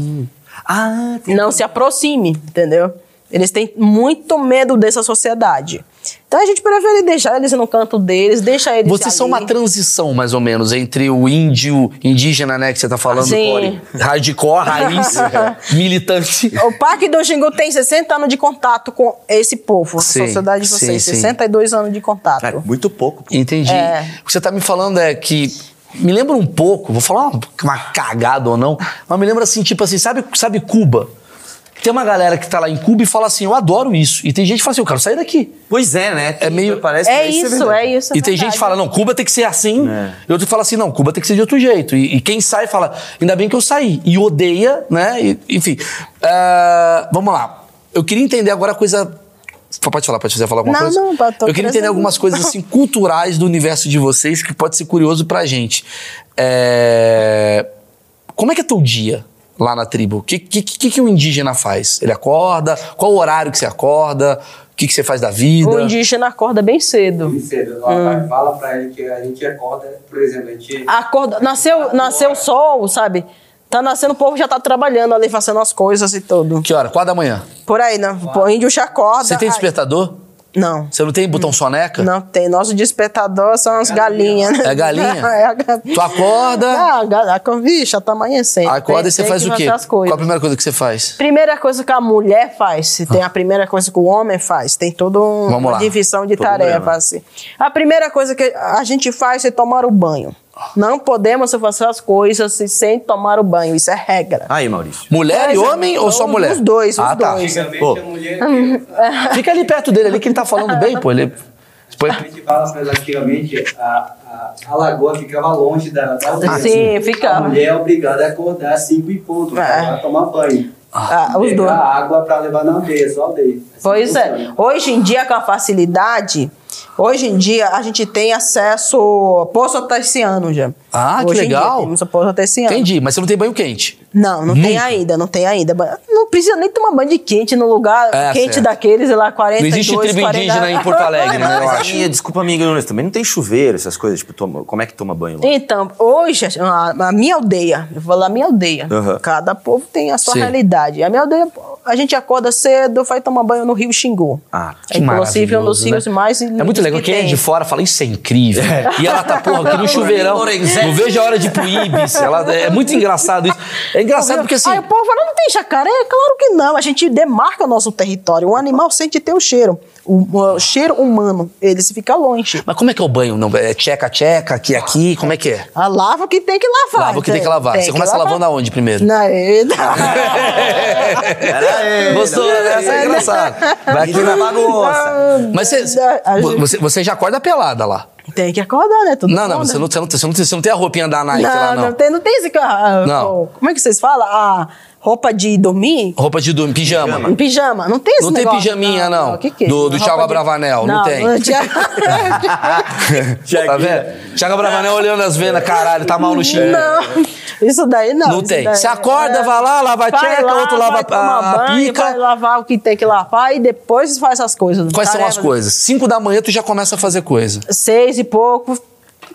Speaker 3: Ah,
Speaker 2: não se aproxime, entendeu? Eles têm muito medo dessa sociedade. Então a gente prefere deixar eles no canto deles, deixa eles.
Speaker 1: Vocês são
Speaker 2: ali.
Speaker 1: uma transição, mais ou menos, entre o índio indígena, né, que você tá falando,
Speaker 2: Sim. É.
Speaker 1: hardcore,
Speaker 2: <laughs>
Speaker 1: raiz, militante.
Speaker 2: O Parque do Xingu tem 60 anos de contato com esse povo, a
Speaker 1: Sim,
Speaker 2: sociedade de
Speaker 1: sim,
Speaker 2: vocês.
Speaker 1: sim. Ah,
Speaker 2: 62 anos de contato.
Speaker 3: Cara, muito pouco. pô.
Speaker 1: Entendi.
Speaker 2: É.
Speaker 1: O que você tá me falando é que. Me lembra um pouco, vou falar uma, uma cagada ou não, mas me lembra assim, tipo assim, sabe, sabe Cuba? Tem uma galera que tá lá em Cuba e fala assim, eu adoro isso. E tem gente que fala assim, eu quero sair daqui.
Speaker 3: Pois é, né?
Speaker 1: É meio-
Speaker 3: Parece
Speaker 2: é
Speaker 3: que é
Speaker 2: isso, é
Speaker 3: verdade.
Speaker 2: isso. é
Speaker 1: e tem
Speaker 2: verdade.
Speaker 1: gente que fala, não, Cuba tem que ser assim.
Speaker 3: É.
Speaker 1: E outro fala assim, não, Cuba tem que ser de outro jeito. E, e quem sai fala, ainda bem que eu saí. E odeia, né? E- enfim. Ah, vamos lá. Eu queria entender agora a coisa. Pode falar, pode fazer falar alguma
Speaker 2: Não,
Speaker 1: coisa?
Speaker 2: não, tô- tô
Speaker 1: Eu queria entender
Speaker 2: trazendo.
Speaker 1: algumas coisas
Speaker 2: <laughs>
Speaker 1: assim, culturais do universo de vocês que pode ser curioso pra gente. É, Como é que é teu dia lá na tribo? O que, que, que, que o indígena faz? Ele acorda? Qual o horário que você acorda? O que, que você faz da vida?
Speaker 2: O indígena acorda bem cedo.
Speaker 5: cedo.
Speaker 2: Ah.
Speaker 5: Ó, Fala pra ele que a gente acorda, por exemplo, a gente.
Speaker 2: Acorda, nasceu, nasceu o sol, sabe? Tá nascendo, o povo já tá trabalhando ali, fazendo as coisas e tudo.
Speaker 1: Que hora? Quatro da manhã.
Speaker 2: Por aí, né? O índio já acorda.
Speaker 1: Você tem
Speaker 2: Ah, ai-
Speaker 1: despertador?
Speaker 2: Não.
Speaker 1: Você não tem botão soneca?
Speaker 2: Não tem. Nosso despertador são as galinhas. né?
Speaker 1: É galinha?
Speaker 2: <laughs> é a galinha.
Speaker 1: Tu acorda?
Speaker 2: Não, ga- a bicha tá amanhecendo.
Speaker 1: Acorda
Speaker 2: Tem-
Speaker 1: e você
Speaker 2: tem
Speaker 1: faz
Speaker 2: que
Speaker 1: o quê?
Speaker 2: fazer as
Speaker 1: Qual
Speaker 2: coisas.
Speaker 1: a primeira coisa que você faz?
Speaker 2: Primeira coisa que a mulher faz, se tem a primeira coisa que o homem faz, tem toda um-
Speaker 1: Ah. Vamos
Speaker 2: uma
Speaker 1: lá.
Speaker 2: divisão de
Speaker 3: Todo mundo leva.
Speaker 2: tarefas. assim. A primeira coisa que a gente faz é tomar o banho. Não podemos fazer as coisas se- sem tomar o banho, isso é regra.
Speaker 3: Aí, Maurício.
Speaker 1: Mulher e
Speaker 2: Mas,
Speaker 1: homem ou só
Speaker 2: os
Speaker 1: mulher?
Speaker 2: um dois, os
Speaker 1: ah, tá.
Speaker 2: dois.
Speaker 5: Antigamente
Speaker 3: Pô.
Speaker 5: a mulher. que-
Speaker 1: Fica ali perto dele, ali que ele tá falando bem, pô. Ele... Põe-
Speaker 5: A gente fala pra ele antigamente a, a, a lagoa ficava longe da, da aldeia.
Speaker 2: Ah, Sim, ficava.
Speaker 5: A mulher é obrigada a acordar às 5 e ponto
Speaker 2: É.
Speaker 5: pra tomar banho.
Speaker 2: Ah, os
Speaker 5: Pegar
Speaker 2: dois.
Speaker 5: água pra levar na aldeia, só aldeia. Assim
Speaker 2: Pois é.
Speaker 5: funciona.
Speaker 2: Hoje em dia, com a facilidade, hoje em dia a gente tem acesso ao poço artesiano já.
Speaker 1: Ah, que
Speaker 2: Hoje em dia
Speaker 1: legal.
Speaker 2: temos o poço artesiano.
Speaker 1: Entendi, mas você não tem banho quente.
Speaker 2: Não, não tem
Speaker 1: Nunca.
Speaker 2: ainda, não tem ainda. Ba- Não precisa nem tomar banho de quente no lugar
Speaker 1: É,
Speaker 2: quente
Speaker 1: certo.
Speaker 2: daqueles, sei lá, 40
Speaker 1: Não existe tribo indígena em Porto Alegre, né? Eu
Speaker 3: Mas
Speaker 1: acho.
Speaker 3: aí, desculpa a minha ignorância, também não tem chuveiro, essas coisas, tipo, toma- como é que toma banho lá?
Speaker 2: <laughs> Então, hoje, a, a minha aldeia, eu vou lá, minha aldeia,
Speaker 3: Aham.
Speaker 2: cada povo tem a sua
Speaker 1: Sim.
Speaker 2: realidade. A minha aldeia, a gente acorda cedo, vai tomar banho no Rio Xingu.
Speaker 3: Ah,
Speaker 2: É, inclusive, um dos
Speaker 1: maravilhoso,
Speaker 2: rios
Speaker 1: né?
Speaker 2: mais
Speaker 1: É muito legal. Quem é de fora fala, isso é incrível. E ela tá, porra, aqui
Speaker 2: <laughs>
Speaker 1: no chuveirão.
Speaker 3: Lorenzetti.
Speaker 1: Não vejo a hora de ir pro Ibis. Ela, é muito engraçado isso. É engraçado porque assim.
Speaker 2: Aí o povo fala, não tem jacaré? Claro que não. A gente demarca o nosso território. O animal sente ter o cheiro. O, o cheiro humano, ele se fica longe.
Speaker 1: Mas como é que é o banho? Não, é tcheca, tcheca, aqui, aqui, como é que é?
Speaker 2: A Ah, lava que Ah, tem que lavar.
Speaker 1: Lava o que tem que lavar. Você começa lavando aonde primeiro? <laughs>
Speaker 2: Na
Speaker 3: Pera aí,
Speaker 1: Gostou,
Speaker 3: pera
Speaker 1: né?
Speaker 3: aí.
Speaker 1: Essa é engraçada. Vai aqui
Speaker 3: Menina
Speaker 1: na
Speaker 3: bagunça.
Speaker 1: Mas você,
Speaker 2: A gente-
Speaker 1: você, você já acorda pelada lá.
Speaker 2: Tem que acordar, né? Todo
Speaker 1: Não, não,
Speaker 2: mundo.
Speaker 1: você não, você, não, você, não, você não tem a roupinha da Nike lá,
Speaker 2: Não,
Speaker 1: não.
Speaker 2: não tem, não tem esse... ca- ah,
Speaker 1: Não.
Speaker 2: Como é que vocês falam? A roupa de dormir?
Speaker 1: Roupa de dormir, pijama.
Speaker 2: Em pijama, não tem esse
Speaker 1: Não tem
Speaker 2: negócio?
Speaker 1: pijaminha, não.
Speaker 2: O que que é
Speaker 1: Do-
Speaker 2: isso?
Speaker 1: do
Speaker 2: Roupa
Speaker 1: Thiago Abravanel, não tem. <laughs> tá vendo? Thiago Bravanel olhando as venas, caralho, tá mal no chinelo.
Speaker 2: Não, isso daí não.
Speaker 1: Não
Speaker 2: isso
Speaker 1: tem.
Speaker 2: daí- é.
Speaker 1: Você acorda, vai lá, lava a
Speaker 2: Vai
Speaker 1: tcheca,
Speaker 2: lá,
Speaker 1: outro lava
Speaker 2: vai tomar
Speaker 1: a- a
Speaker 2: banho,
Speaker 1: pica.
Speaker 2: Vai lavar o que tem que lavar e depois faz as coisas.
Speaker 1: Quais são as
Speaker 2: Tarefas.
Speaker 1: coisas? Cinco da manhã tu já começa a fazer coisa.
Speaker 2: Seis e pouco,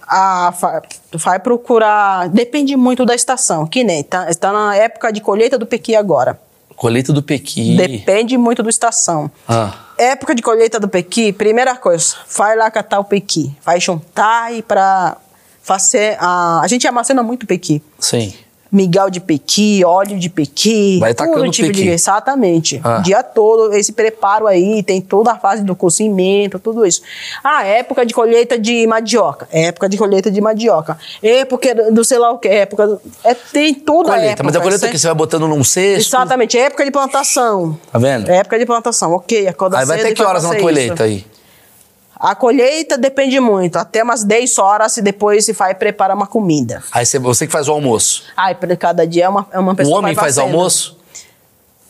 Speaker 2: a, fa- vai procurar. Depende muito da estação, que nem. Tá, está na época de colheita do pequi agora.
Speaker 1: Colheita do Pequi.
Speaker 2: Depende muito da estação.
Speaker 1: Ah.
Speaker 2: Época de colheita do pequi, primeira coisa, vai lá catar o pequi. Vai juntar e para fazer. A, a gente amacena muito pequi.
Speaker 1: Sim.
Speaker 2: Miguel de pequi, óleo de pequi,
Speaker 1: Vai tacando
Speaker 2: todo tipo
Speaker 1: pequi.
Speaker 2: de exatamente.
Speaker 1: Ah.
Speaker 2: O Dia todo esse preparo aí, tem toda a fase do cozimento, tudo isso. Ah, época de colheita de mandioca, época de colheita de mandioca, época do sei lá o que, época do- é tem toda a
Speaker 1: Colheita.
Speaker 2: época.
Speaker 1: Mas a colheita
Speaker 2: né?
Speaker 1: que você vai botando num cesto.
Speaker 2: Exatamente, época de plantação.
Speaker 1: Tá vendo?
Speaker 2: Época de plantação, ok, acorda
Speaker 1: Aí vai
Speaker 2: É, cedo
Speaker 1: até
Speaker 2: e
Speaker 1: que horas
Speaker 2: fazer
Speaker 1: na
Speaker 2: isso.
Speaker 1: colheita aí?
Speaker 2: A colheita depende muito, até umas 10 horas e depois se vai preparar uma comida.
Speaker 1: Aí você, você que faz o almoço.
Speaker 2: Ai, pra cada dia é uma, é uma
Speaker 1: O
Speaker 2: pessoa
Speaker 1: homem
Speaker 2: vai
Speaker 1: faz
Speaker 2: fazendo.
Speaker 1: almoço?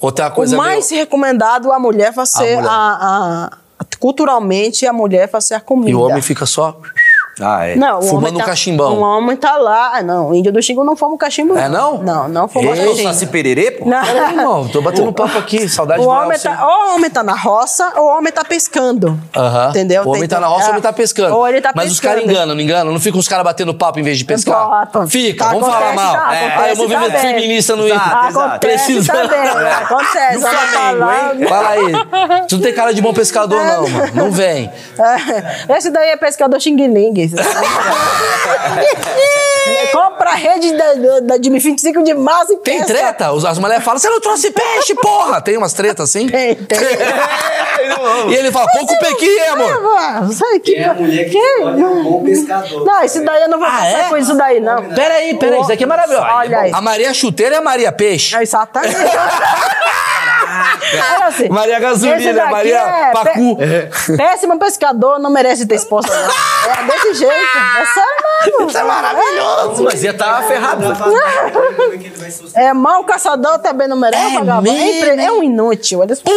Speaker 1: Ou tem uma coisa
Speaker 2: o mais
Speaker 1: meio...
Speaker 2: recomendado a mulher fazer
Speaker 1: A
Speaker 2: a,
Speaker 1: mulher.
Speaker 2: a- culturalmente a mulher fazer a comida.
Speaker 1: E o homem fica só...
Speaker 3: Ah, é.
Speaker 2: não, o
Speaker 1: fumando
Speaker 2: homem
Speaker 1: um
Speaker 2: tá,
Speaker 1: cachimbão.
Speaker 2: O homem tá lá. Ah, Não, o índio do Xingu não fuma um cachimbo.
Speaker 1: É, não?
Speaker 2: Não, não fuma
Speaker 3: Você é o
Speaker 2: cachimbo.
Speaker 3: Saci Pererê, pô?
Speaker 1: <laughs>
Speaker 2: Não.
Speaker 1: Peraí,
Speaker 2: <laughs>
Speaker 1: irmão, tô batendo papo aqui. Saudade
Speaker 2: O
Speaker 1: do
Speaker 2: homem
Speaker 1: Elcio, hein?
Speaker 2: tá, ou o homem tá na roça, ou o homem tá pescando.
Speaker 1: Aham.
Speaker 2: Entendeu?
Speaker 1: O homem
Speaker 2: Tem-
Speaker 1: tá na roça, o
Speaker 2: é.
Speaker 1: homem tá pescando.
Speaker 2: Ou ele tá
Speaker 1: Mas os
Speaker 2: pescando.
Speaker 1: caras enganam, não enganam? Não ficam os caras batendo papo em vez de pescar?
Speaker 2: Pô, pô,
Speaker 1: Fica,
Speaker 2: tá,
Speaker 1: vamos falar
Speaker 2: acontece,
Speaker 1: mal.
Speaker 2: tá,
Speaker 1: é,
Speaker 2: acontece
Speaker 1: aí o movimento
Speaker 2: também.
Speaker 1: feminista não entra.
Speaker 3: Exato, exato.
Speaker 2: Acontece
Speaker 1: Precisa-
Speaker 2: também,
Speaker 1: <laughs>
Speaker 2: acontece.
Speaker 3: E o
Speaker 2: Ela tá
Speaker 3: Flamengo,
Speaker 2: lá-
Speaker 3: hein?
Speaker 1: Fala aí. Tu não tem cara de bom pescador, não, mano. Não vem.
Speaker 2: É, Esse daí é pescador xing-ling. é
Speaker 1: <laughs>
Speaker 2: Compra a rede da, da, da- de 25 de março e
Speaker 1: Tem
Speaker 2: pesca.
Speaker 1: treta? Os- As mulheres falam, você não trouxe peixe, porra! Tem umas tretas assim?
Speaker 2: Tem, tem.
Speaker 1: <laughs> E ele fala, pouco pequi, é, amor.
Speaker 2: Ah, sabe que...
Speaker 5: Tem é a mulher que escolhe um bom pescador.
Speaker 2: Não, esse daí eu não vou
Speaker 1: Ah,
Speaker 2: passar
Speaker 1: é?
Speaker 2: com isso daí, não.
Speaker 1: Peraí, peraí, isso aqui é maravilhoso.
Speaker 2: Olha aí.
Speaker 1: A Maria Chuteira é a Maria Peixe.
Speaker 2: É exatamente. Olha assim,
Speaker 1: Maria Gasolina,
Speaker 2: esse daqui
Speaker 1: Maria
Speaker 2: é
Speaker 1: Pacu.
Speaker 2: pé- Péssimo pescador, não merece ter esposa. Não. É desse jeito. É sério, mano.
Speaker 1: Isso é maravilhoso.
Speaker 3: Mas ia estar ferrado.
Speaker 5: Dá pra ver como é que ele vai sustentar.
Speaker 2: É mau caçador, também não merece.
Speaker 1: É
Speaker 2: vagabundo.
Speaker 1: mesmo,
Speaker 2: empre-
Speaker 1: hein?
Speaker 2: é um inútil. Olha só. É,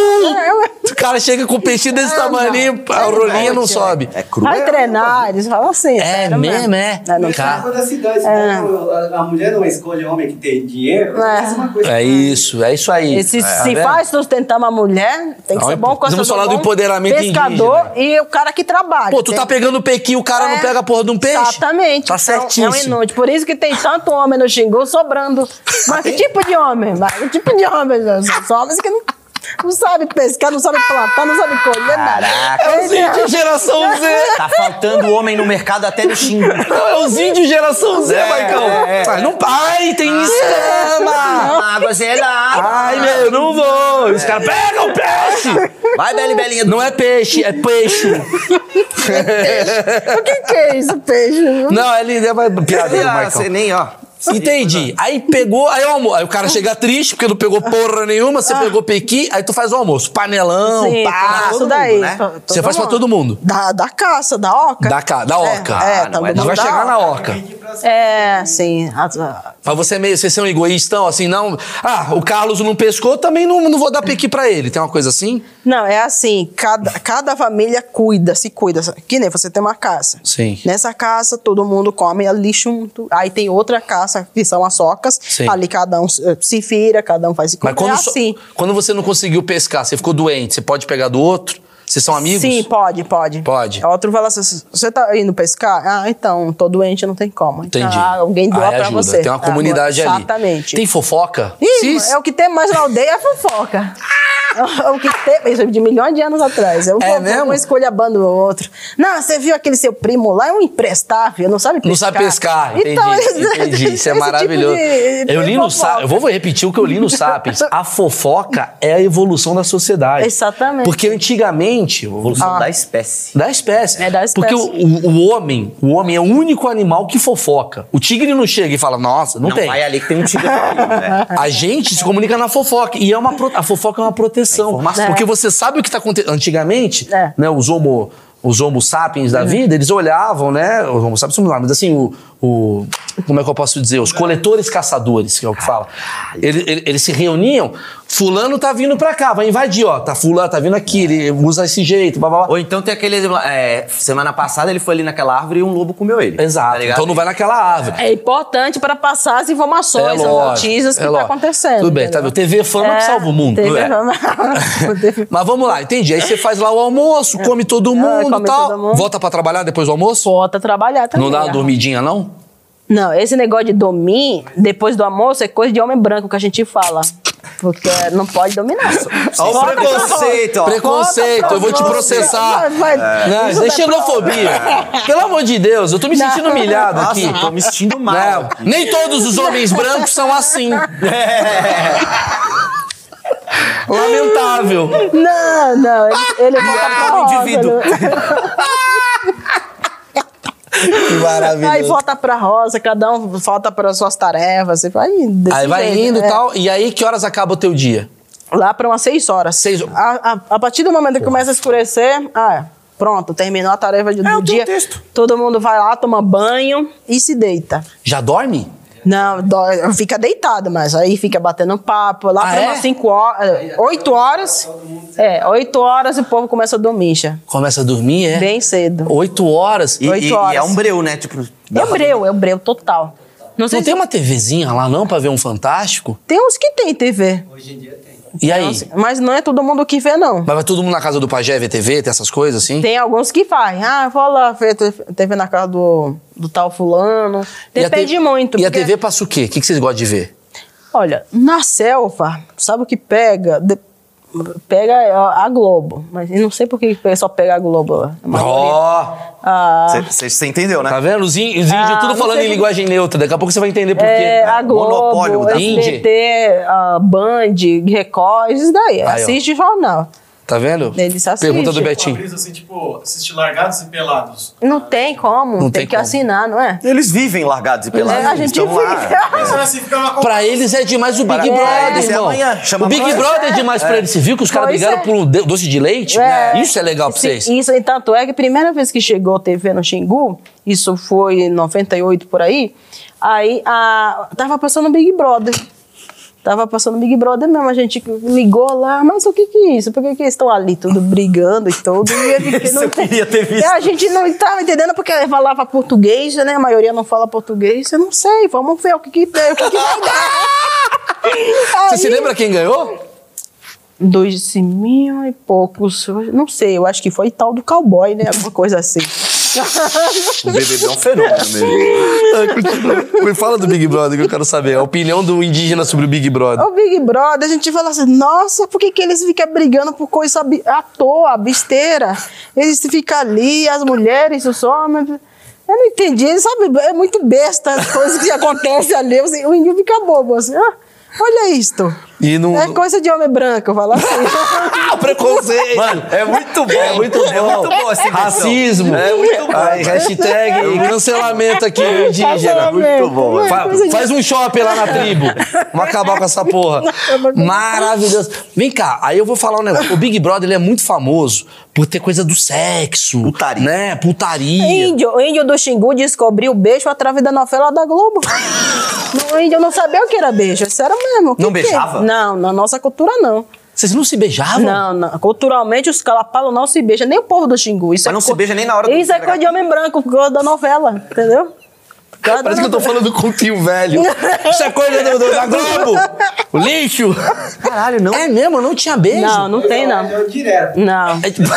Speaker 2: eu-
Speaker 1: O cara chega com o peixe desse
Speaker 2: Ah, não.
Speaker 1: tamanho, a rolinha não sobe.
Speaker 3: É cru.
Speaker 2: Vai treinar, eles falam assim.
Speaker 1: É
Speaker 2: sério
Speaker 1: mesmo, é?
Speaker 2: Não, não
Speaker 5: Mas
Speaker 1: Cara.
Speaker 5: é uma da cidade, senão a, a mulher não escolhe homem que tem dinheiro,
Speaker 2: É.
Speaker 5: é uma coisa.
Speaker 1: É isso, é isso aí.
Speaker 2: E se,
Speaker 1: É, tá
Speaker 2: se
Speaker 1: vendo?
Speaker 2: faz sustentar uma mulher, tem que
Speaker 1: Não,
Speaker 2: ser bom
Speaker 1: vamos
Speaker 2: caçador,
Speaker 1: falar do
Speaker 2: bom
Speaker 1: empoderamento né?
Speaker 2: pescador e o cara que trabalha.
Speaker 1: Pô, tu tá
Speaker 2: entende?
Speaker 1: pegando o pequi, o cara não
Speaker 2: É,
Speaker 1: pega a porra de um peixe?
Speaker 2: Exatamente.
Speaker 1: Tá
Speaker 2: Então,
Speaker 1: certíssimo.
Speaker 2: É um inútil. Por isso que tem tanto homem no Xingu sobrando. Mas
Speaker 1: <laughs>
Speaker 2: que tipo de homem? Mas que tipo de homem? gente? São homens que não, não sabem pescar, não sabem plantar, não sabem colher nada.
Speaker 1: É os índios geração Z.
Speaker 3: Tá faltando homem no mercado até no xingu.
Speaker 1: Não, é os índios geração Z, Maicão.
Speaker 3: é.
Speaker 1: Ai, não, ai, tem escama.
Speaker 3: Água gelada.
Speaker 1: Ai, meu, eu não vou. Os caras pegam o peixe.
Speaker 3: Vai, Beli Belinha.
Speaker 1: Não é peixe, é peixe.
Speaker 2: <laughs> O que, que é isso, peixe?
Speaker 1: Não, é lindo, é mais piada do
Speaker 3: Ah,
Speaker 1: Maicão.
Speaker 3: você nem, ó.
Speaker 1: Entendi. Aí pegou, aí o almoço. Aí o cara chega triste, porque não pegou porra nenhuma, você pegou pequi, aí tu faz o almoço. Panelão,
Speaker 2: Ah. Sim,
Speaker 1: pá.
Speaker 2: tá, isso
Speaker 3: todo
Speaker 2: daí.
Speaker 3: mundo, né?
Speaker 2: to-
Speaker 1: Você faz pra
Speaker 2: mundo.
Speaker 1: todo mundo.
Speaker 2: Da, da caça, da oca.
Speaker 1: Da, ca- da oca.
Speaker 2: É, é
Speaker 1: Ah, não,
Speaker 2: tá
Speaker 1: a gente
Speaker 2: bom,
Speaker 1: vai
Speaker 2: da
Speaker 1: chegar na
Speaker 5: que
Speaker 1: oca.
Speaker 5: vende pra-
Speaker 2: É, sim. as- a-
Speaker 1: Mas você é meio, vocês são egoístão, assim, não. Ah, o Carlos não pescou, também não, não vou dar pequi pra ele. Tem uma coisa assim?
Speaker 2: Não, é assim, cada, cada família cuida, se cuida. Que nem você tem uma caça.
Speaker 1: Sim.
Speaker 2: Nessa caça, todo mundo come ali junto. Aí tem outra caça, que são as socas.
Speaker 1: Sim.
Speaker 2: Ali cada um eh, se vira, cada um faz...
Speaker 1: Mas quando,
Speaker 2: é
Speaker 1: so-
Speaker 2: assim.
Speaker 1: quando você não conseguiu pescar, você ficou doente, você pode pegar do outro? Vocês são amigos?
Speaker 2: Sim, pode, pode.
Speaker 1: Pode.
Speaker 2: Outro fala assim, você tá indo pescar? Ah, então, tô doente, não tem como. Então,
Speaker 1: Entendi.
Speaker 2: ah, alguém doa
Speaker 1: Aí
Speaker 2: pra
Speaker 1: ajuda.
Speaker 2: você.
Speaker 1: Tem uma
Speaker 2: Ah,
Speaker 1: comunidade ali.
Speaker 2: Exatamente.
Speaker 1: Tem fofoca?
Speaker 2: Ih,
Speaker 1: Cis?
Speaker 2: é o que tem mais na aldeia é fofoca. <laughs> É o que tem, isso é de milhões de anos atrás. É, o
Speaker 1: Ah! É
Speaker 2: povo,
Speaker 1: mesmo?
Speaker 2: Um escolha bando o outro. Não, você viu aquele seu primo lá, é um imprestável, não sabe pescar. Então,
Speaker 1: Não sabe pescar. Entendi,
Speaker 2: <laughs>
Speaker 1: entendi. Isso é
Speaker 2: esse
Speaker 1: maravilhoso.
Speaker 2: tipo de-
Speaker 1: eu li no
Speaker 2: fofoca.
Speaker 1: Sapiens, eu vou repetir o que eu li no Sapiens. A fofoca é a evolução da sociedade.
Speaker 2: Exatamente. Ah.
Speaker 1: Porque antigamente, a evolução
Speaker 3: Evolução da espécie.
Speaker 1: da espécie.
Speaker 2: É da espécie.
Speaker 1: Porque o, o- o homem, o homem é o único animal que fofoca. O tigre não chega e fala, nossa, não,
Speaker 3: Não
Speaker 1: tem.
Speaker 3: vai ali que tem um tigre. né?
Speaker 1: A gente se comunica na fofoca. E é uma pro- a fofoca é uma proteção.
Speaker 3: informação.
Speaker 1: Porque você sabe o que está acontecendo. Antigamente,
Speaker 2: É.
Speaker 1: né, os homo, os homo sapiens da vida, eles olhavam, né? Os homo sapiens são lá, mas assim, o, o- Como é que eu posso dizer? Os coletores caçadores, que é o que fala. Ele- ele- eles se reuniam. Fulano tá vindo pra cá, vai invadir, ó. Tá fulano, tá vindo aqui, ele usa esse jeito, blá blá blá.
Speaker 3: Ou então tem aquele. é, semana passada ele foi ali naquela árvore e um lobo comeu ele.
Speaker 1: Exato. então não vai naquela árvore. É
Speaker 2: É importante para passar as informações, as
Speaker 1: lógico,
Speaker 2: notícias que
Speaker 1: é
Speaker 2: estão
Speaker 1: lógico.
Speaker 2: acontecendo.
Speaker 1: Tudo bem, tá vendo? TV fama que salva o mundo.
Speaker 2: TV
Speaker 1: não é?
Speaker 2: fama.
Speaker 1: <laughs> Mas vamos lá, entendi. Aí você faz lá o almoço, É. come todo mundo e
Speaker 2: come
Speaker 1: tal.
Speaker 2: todo mundo.
Speaker 1: Volta pra trabalhar depois do almoço?
Speaker 2: Volta a trabalhar também.
Speaker 1: Não dá uma
Speaker 2: né?
Speaker 1: dormidinha, não?
Speaker 2: Não, esse negócio de dormir depois do almoço é coisa de homem branco que a gente fala. Porque não pode dominar.
Speaker 3: Olha o
Speaker 2: Volta pra
Speaker 3: preconceito, ó.
Speaker 1: Preconceito, eu vou te
Speaker 2: Nossa,
Speaker 1: processar.
Speaker 2: vai- vai-
Speaker 1: Não,
Speaker 2: isso
Speaker 1: isso é xenofobia. Pelo amor de Deus, eu tô me sentindo humilhado
Speaker 3: Nossa,
Speaker 1: aqui.
Speaker 3: tô me sentindo mal.
Speaker 1: Não,
Speaker 3: aqui.
Speaker 1: nem todos os homens brancos são <laughs> assim. É. Lamentável.
Speaker 2: Não, não, ele, ele volta pra
Speaker 3: Miserável
Speaker 2: rosa.
Speaker 3: indivíduo.
Speaker 2: né?
Speaker 1: Que maravilha.
Speaker 2: Aí volta pra rosa, cada um volta para suas tarefas. E vai desse
Speaker 1: Aí vai
Speaker 2: jeito,
Speaker 1: indo e
Speaker 2: é.
Speaker 1: tal. E aí, que horas acaba o teu dia?
Speaker 2: Lá para umas seis horas.
Speaker 1: Seis-
Speaker 2: A, a- a partir do momento que começa a escurecer, ah, é. Pronto, terminou a tarefa de-
Speaker 3: É,
Speaker 2: do
Speaker 3: eu tenho
Speaker 2: dia.
Speaker 3: um texto.
Speaker 2: Todo mundo vai lá, toma banho e se deita.
Speaker 1: Já dorme?
Speaker 2: Não, dó- fica deitado, mas aí fica batendo papo. Lá
Speaker 1: Ah,
Speaker 2: para
Speaker 1: é?
Speaker 2: umas 5 horas, 8 horas. É, 8 horas o povo começa a dormir já.
Speaker 1: Começa a dormir, é?
Speaker 2: Bem cedo.
Speaker 1: Oito horas.
Speaker 3: E,
Speaker 2: Oito
Speaker 3: e- e
Speaker 2: horas.
Speaker 3: é um breu, né? Tipo,
Speaker 2: É o breu, é o breu total. Não sei
Speaker 1: Não
Speaker 2: se-
Speaker 1: tem uma TVzinha lá não pra ver um Fantástico?
Speaker 2: tem uns que tem TV,
Speaker 5: Hoje em dia tem.
Speaker 1: E aí?
Speaker 2: mas não é todo mundo que vê, não.
Speaker 1: Mas vai todo mundo na casa do pajé ver TV, tem essas coisas assim?
Speaker 2: Tem alguns que fazem. Ah, vou lá ver te- TV na casa do, do tal fulano.
Speaker 1: E a
Speaker 2: Depende
Speaker 1: te-
Speaker 2: muito.
Speaker 1: E a
Speaker 2: porque-
Speaker 1: TV passa o quê? O que que vocês gostam de ver?
Speaker 2: Olha, na selva, sabe o que pega? De- Pega a, a Globo. Mas eu não sei por que o pessoal pega a Globo. lá. É uma-
Speaker 1: Ó!
Speaker 2: Ah,
Speaker 3: Você entendeu, né?
Speaker 1: Tá vendo? Os in- os índios
Speaker 2: Ah,
Speaker 1: tudo
Speaker 2: não
Speaker 1: falando
Speaker 2: sei
Speaker 1: em
Speaker 2: que-
Speaker 1: linguagem neutra. Daqui a pouco você vai entender por quê.
Speaker 2: é, a
Speaker 3: monopólio
Speaker 2: Globo,
Speaker 3: da
Speaker 2: SBT, a Band, Record, isso daí.
Speaker 1: Aí, ó.
Speaker 2: assiste jornal.
Speaker 1: Tá vendo?
Speaker 2: Eles assistem.
Speaker 1: Pergunta do
Speaker 6: Uma
Speaker 1: Betinho.
Speaker 6: brisa assim, tipo, assistir largados e pelados.
Speaker 2: Não tem como,
Speaker 1: Não
Speaker 2: tem,
Speaker 1: tem
Speaker 2: que
Speaker 1: como.
Speaker 2: assinar, não é?
Speaker 3: Eles vivem largados e pelados.
Speaker 2: É, a gente
Speaker 3: Então,
Speaker 2: vive.
Speaker 3: ah,
Speaker 6: Mas
Speaker 2: <laughs>
Speaker 6: assim, fica uma
Speaker 1: Pra eles é demais o Big
Speaker 3: Para- pra
Speaker 1: Brother,
Speaker 3: eles é
Speaker 1: irmão.
Speaker 3: amanhã, chama
Speaker 1: o Big
Speaker 3: amanhã.
Speaker 1: Brother é demais pra eles. Você viu que os caras
Speaker 2: Pois
Speaker 1: brigaram
Speaker 2: é.
Speaker 1: por um de- doce de leite?
Speaker 2: É.
Speaker 1: Isso é legal pra
Speaker 2: Sim,
Speaker 1: vocês.
Speaker 2: Isso, e tanto é que a primeira vez que chegou a TV no Xingu, isso foi em 98 por aí, aí a, tava passando Big Brother. Tava passando Big Brother mesmo, a gente ligou lá, mas o que que é isso? Por que que eles estão ali tudo brigando e tudo? E a gente
Speaker 3: Isso eu queria ter visto.
Speaker 2: A gente não estava entendendo porque ela falava português, né? A maioria não fala português, eu não sei, vamos ver o que que tem, o que que vai dar.
Speaker 1: Você se
Speaker 2: Aí-
Speaker 1: lembra quem ganhou?
Speaker 2: <laughs> dois mil e poucos. eu Não sei, eu acho que foi tal do cowboy, né? Alguma coisa assim. <laughs>
Speaker 3: O BBB é um fenômeno mesmo.
Speaker 1: Me fala do Big Brother que eu quero saber. A opinião do indígena sobre o Big Brother.
Speaker 2: O Big Brother, a gente fala assim, nossa, por que, que eles ficam brigando por coisa bi- à toa, besteira? Eles ficam ali, as mulheres, os homens. Eu não entendi, eles sabem, é muito besta as coisas que <laughs> acontecem ali. assim, O índio fica bobo, assim, ah, olha isto.
Speaker 1: E não.
Speaker 2: É coisa de homem branco, eu falo assim.
Speaker 1: <laughs> Ah, preconceito!
Speaker 3: Mano, é muito bom.
Speaker 1: É muito bom.
Speaker 3: É muito boa essa invenção.
Speaker 1: Racismo.
Speaker 3: É muito bom. É
Speaker 1: Ai, hashtag cancelamento aqui do indígena.
Speaker 3: Muito bom,
Speaker 2: Tá Não é
Speaker 1: Fa-
Speaker 2: coisa de-
Speaker 1: faz um shopping lá na tribo. Vamos acabar com essa porra. Maravilhoso. Vem cá, aí eu vou falar um negócio. O Big Brother ele é muito famoso por ter coisa do sexo.
Speaker 3: Putaria.
Speaker 1: Né? Putaria.
Speaker 2: Índio, o índio do Xingu descobriu o beijo através da novela da Globo. o índio não sabia o que era beijo, isso era mesmo. o que
Speaker 3: Não
Speaker 2: que é?
Speaker 3: beijava? Ah,
Speaker 2: Não, na nossa cultura não.
Speaker 1: Vocês não se beijavam?
Speaker 2: Não, não. Culturalmente os calapalos não se beijam, nem o povo do Xingu. Isso
Speaker 3: Mas
Speaker 2: é
Speaker 3: não se
Speaker 2: co-
Speaker 3: beija nem na hora do-
Speaker 2: Isso é coisa de homem branco, por causa da novela, entendeu? Por causa da
Speaker 1: Parece que eu tô
Speaker 2: novela.
Speaker 1: falando com o tio
Speaker 3: <laughs>
Speaker 1: velho. Isso é coisa do- do- da Globo. O lixo.
Speaker 3: Caralho, não.
Speaker 1: É mesmo, não tinha beijo.
Speaker 2: Não, não tem não.
Speaker 5: É o
Speaker 3: <laughs>
Speaker 5: direto.
Speaker 2: Não.
Speaker 1: É tipo-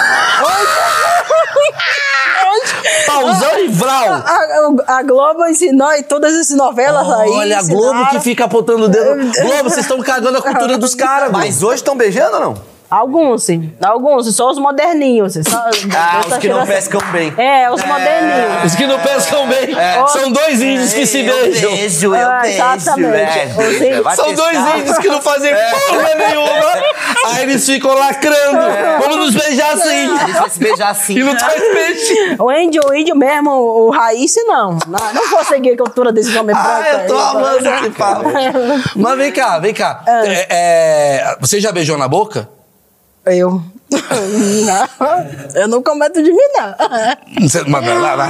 Speaker 1: Pausão e Vral.
Speaker 2: A, a- a Globo ensinou e todas essas novelas aí.
Speaker 1: Olha, a Globo que
Speaker 2: ensinaram.
Speaker 1: fica apontando o
Speaker 2: <laughs>
Speaker 1: dedo. Globo, vocês estão cagando a cultura dos caras, Globo.
Speaker 3: Mas hoje estão beijando ou não?
Speaker 2: Alguns, sim. Alguns, só os moderninhos. Só,
Speaker 3: Ah,
Speaker 2: dessa
Speaker 3: os que não
Speaker 2: geração.
Speaker 3: pescam bem.
Speaker 2: É, os moderninhos.
Speaker 1: Os que não pescam bem são dois índios que se beijam.
Speaker 3: beijo,
Speaker 2: Ah, exatamente. Os índios-
Speaker 3: É. vai
Speaker 1: São dois
Speaker 3: testar.
Speaker 1: índios que não fazem porra nenhuma. Aí eles ficam lacrando.
Speaker 2: É.
Speaker 1: Vamos nos beijar assim.
Speaker 3: <laughs> Eles vão se beijar assim.
Speaker 1: E não
Speaker 3: <laughs>
Speaker 1: traz peixe.
Speaker 2: O índio, o índio mesmo, o, o raiz, não. Não, não vou seguir a cultura desses homens
Speaker 1: Ah,
Speaker 2: brancos.
Speaker 1: eu tô
Speaker 2: aí, tá?
Speaker 1: amando esse papo. Mas vem cá, vem cá.
Speaker 2: Ah.
Speaker 1: É, é, você já beijou na boca?
Speaker 2: <laughs>
Speaker 1: <laughs>
Speaker 2: Eu. Não, eu não cometo de mim, não.
Speaker 1: Você- mas- lá, lá, lá.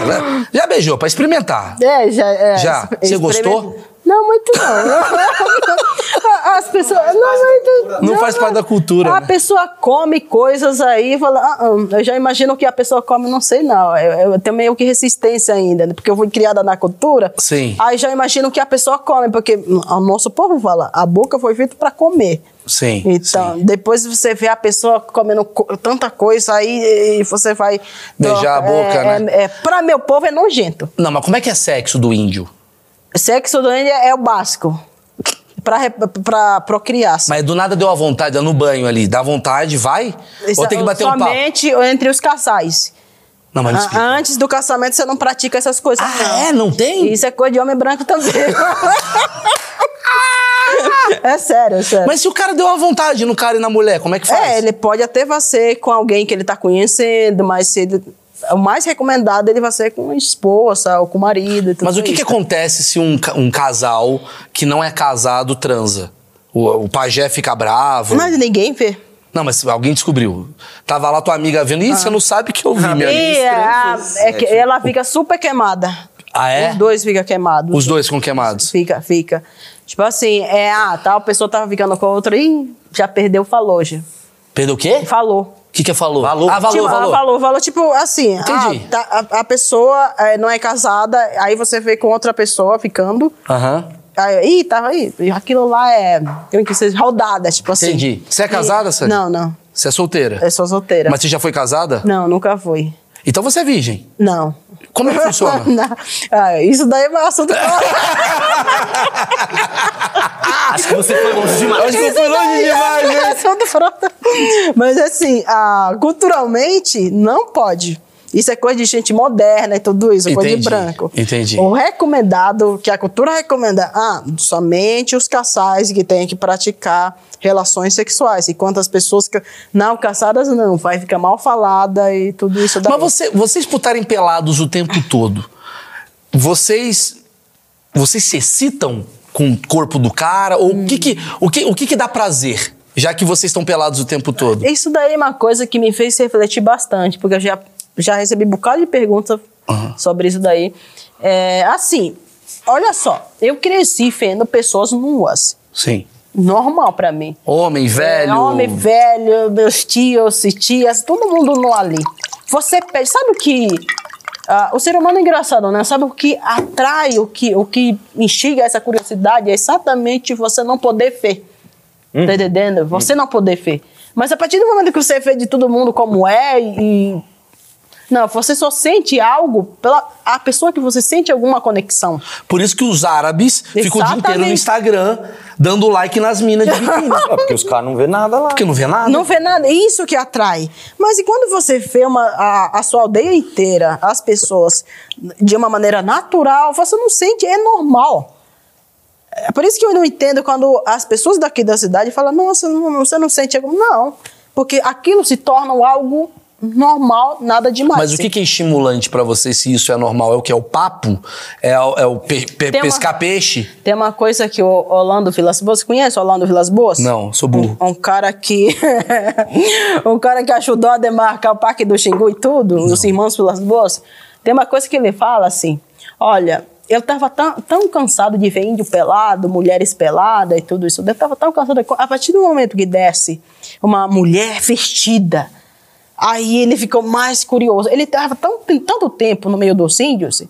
Speaker 1: Já beijou, pra experimentar.
Speaker 2: É, já. é,
Speaker 1: Já.
Speaker 2: exper-
Speaker 1: Você gostou?
Speaker 2: Não, <laughs> muito
Speaker 1: <laughs>
Speaker 2: não. As pessoas. Não, muito.
Speaker 1: Não faz parte da cultura,
Speaker 2: A
Speaker 1: né?
Speaker 2: pessoa come coisas aí e fala. "Ah, ah, eu já imagino o que a pessoa come, não sei não. Eu, eu tenho meio que resistência ainda, né? porque eu fui criada na cultura.
Speaker 1: Sim.
Speaker 2: Aí já imagino o que a pessoa come, porque o nosso povo fala: a boca foi feita para comer.
Speaker 1: Sim.
Speaker 2: Então, depois você vê a pessoa comendo co- tanta coisa aí e você vai.
Speaker 1: Beijar a
Speaker 2: É,
Speaker 1: boca,
Speaker 2: é,
Speaker 1: né?
Speaker 2: É, pra meu povo é nojento.
Speaker 1: Não, mas como é que é sexo do índio?
Speaker 2: Sexo do índio é o básico. Pra, re- pra procriar. só.
Speaker 1: Mas do nada deu a vontade, no banho ali. Dá vontade, vai?
Speaker 2: Isso é
Speaker 1: Ou tem que bater um papo?
Speaker 2: Somente entre os casais.
Speaker 1: Não, mas me
Speaker 2: A-
Speaker 1: explica.
Speaker 2: Antes do casamento você não pratica essas coisas.
Speaker 1: Ah, é? Não tem?
Speaker 2: Isso é coisa de homem branco
Speaker 1: <laughs>
Speaker 2: também. é sério, é sério.
Speaker 1: Mas se o cara deu a vontade no cara e na mulher, como é que faz?
Speaker 2: É, ele pode até ser com alguém que ele está conhecendo, mas se ele- o mais recomendado ele vai ser com a esposa ou com o marido. e Tudo
Speaker 1: Mas o que, que
Speaker 2: isso.
Speaker 1: acontece se um, ca- um casal que não é casado transa? O, o pajé fica bravo?
Speaker 2: Mas ninguém vê.
Speaker 1: Não, mas alguém descobriu. Tava lá tua amiga vendo. Ih, você
Speaker 2: Ah.
Speaker 1: não sabe que eu vi, minha
Speaker 2: E
Speaker 1: amiga.
Speaker 2: a- é que ela fica super queimada.
Speaker 1: Ah, é?
Speaker 2: Os dois ficam queimados.
Speaker 1: Os dois ficam queimados.
Speaker 2: Fica, fica. Tipo assim, é, ah, tal pessoa tava ficando com a outra e já perdeu, falou já.
Speaker 1: Perdeu o quê?
Speaker 2: Falou.
Speaker 1: O que que é falou? Ah, valor,
Speaker 2: tipo, ela
Speaker 1: valor.
Speaker 2: falou, falou, tipo assim,
Speaker 1: Entendi.
Speaker 2: ah, tá, a, a pessoa eh, não é casada, aí você vê com outra pessoa ficando.
Speaker 1: Aham.
Speaker 2: Aí, Ih, tava aí. Aquilo lá é. Como que seja? Rodada, tipo assim.
Speaker 1: Entendi. Você é casada, Sandy?
Speaker 2: Não, não.
Speaker 1: Você é solteira?
Speaker 2: Eu sou solteira.
Speaker 1: Mas você já foi casada?
Speaker 2: Não, nunca fui.
Speaker 1: Então você é virgem.
Speaker 2: Não.
Speaker 1: Como
Speaker 2: <laughs>
Speaker 1: é que funciona?
Speaker 2: Não. Ah, isso daí é um assunto.
Speaker 1: <laughs>
Speaker 3: Acho que você foi longe demais.
Speaker 1: Acho que eu fui longe demais, né?
Speaker 2: <laughs> Assunto frota. Mas assim, ah, culturalmente, não pode. Isso é coisa de gente moderna e tudo isso, é coisa de
Speaker 1: Entendi,
Speaker 2: branco.
Speaker 1: entendi.
Speaker 2: O recomendado, que a cultura recomenda, ah, somente os casais que têm que praticar relações sexuais. Enquanto as pessoas que. Não, casadas não, vai ficar mal falada e tudo isso. daí.
Speaker 1: Mas você- vocês por estarem pelados o tempo todo, vocês vocês se excitam com o corpo do cara? Ou o, que que, o, que, o que que dá prazer? Já que vocês estão pelados o tempo todo.
Speaker 2: Isso daí é uma coisa que me fez refletir bastante, porque eu já, já recebi um bocado de perguntas sobre isso daí. É, assim, olha só, eu cresci vendo pessoas nuas.
Speaker 1: Sim.
Speaker 2: Normal pra mim.
Speaker 1: Homem, velho.
Speaker 2: É, homem velho, meus tios e tias, todo mundo nu ali. Você pede, sabe o que. ah, o ser humano é engraçado, né? Sabe o que atrai, o que, o que instiga essa curiosidade é exatamente você não poder ver.
Speaker 1: Hum.
Speaker 2: Tá entendendo? Você não poder ver. Mas a partir do momento que você vê de todo mundo como é e. Não, você só sente algo pela a pessoa que você sente alguma conexão.
Speaker 1: Por isso que os árabes ficam o dia inteiro no
Speaker 2: Exatamente.
Speaker 1: Instagram dando like nas minas
Speaker 2: <laughs>
Speaker 1: de biquíni.
Speaker 3: É porque os caras não vê nada lá.
Speaker 1: Porque não vê nada.
Speaker 2: Não vê nada, é isso que atrai. Mas e quando você vê uma, a, a sua aldeia inteira, as pessoas, de uma maneira natural, você não sente, é normal. É por isso que eu não entendo quando as pessoas daqui da cidade falam, nossa, não- você não sente algo. Não, porque aquilo se torna algo normal, nada demais.
Speaker 1: Mas o que, que é estimulante pra vocês se isso é normal? É o que? É o papo? É, o- é o pe- pe-
Speaker 2: Tem uma-
Speaker 1: pescar peixe?
Speaker 2: Tem uma coisa que o Orlando Vilas Boas, você conhece o Orlando Vilas Boas?
Speaker 1: Não, sou burro.
Speaker 2: Um, um cara que. <laughs> um cara que ajudou a demarcar o Parque do Xingu e tudo, os irmãos Vilas Boas. Tem uma coisa que ele fala assim: olha, eu estava tão, tão cansado de ver índio pelado, mulheres peladas e tudo isso. Eu estava tão cansado. A partir do momento que desce uma mulher vestida, Aí ele ficou mais curioso. Ele estava tão, tem tanto tempo no meio dos índios.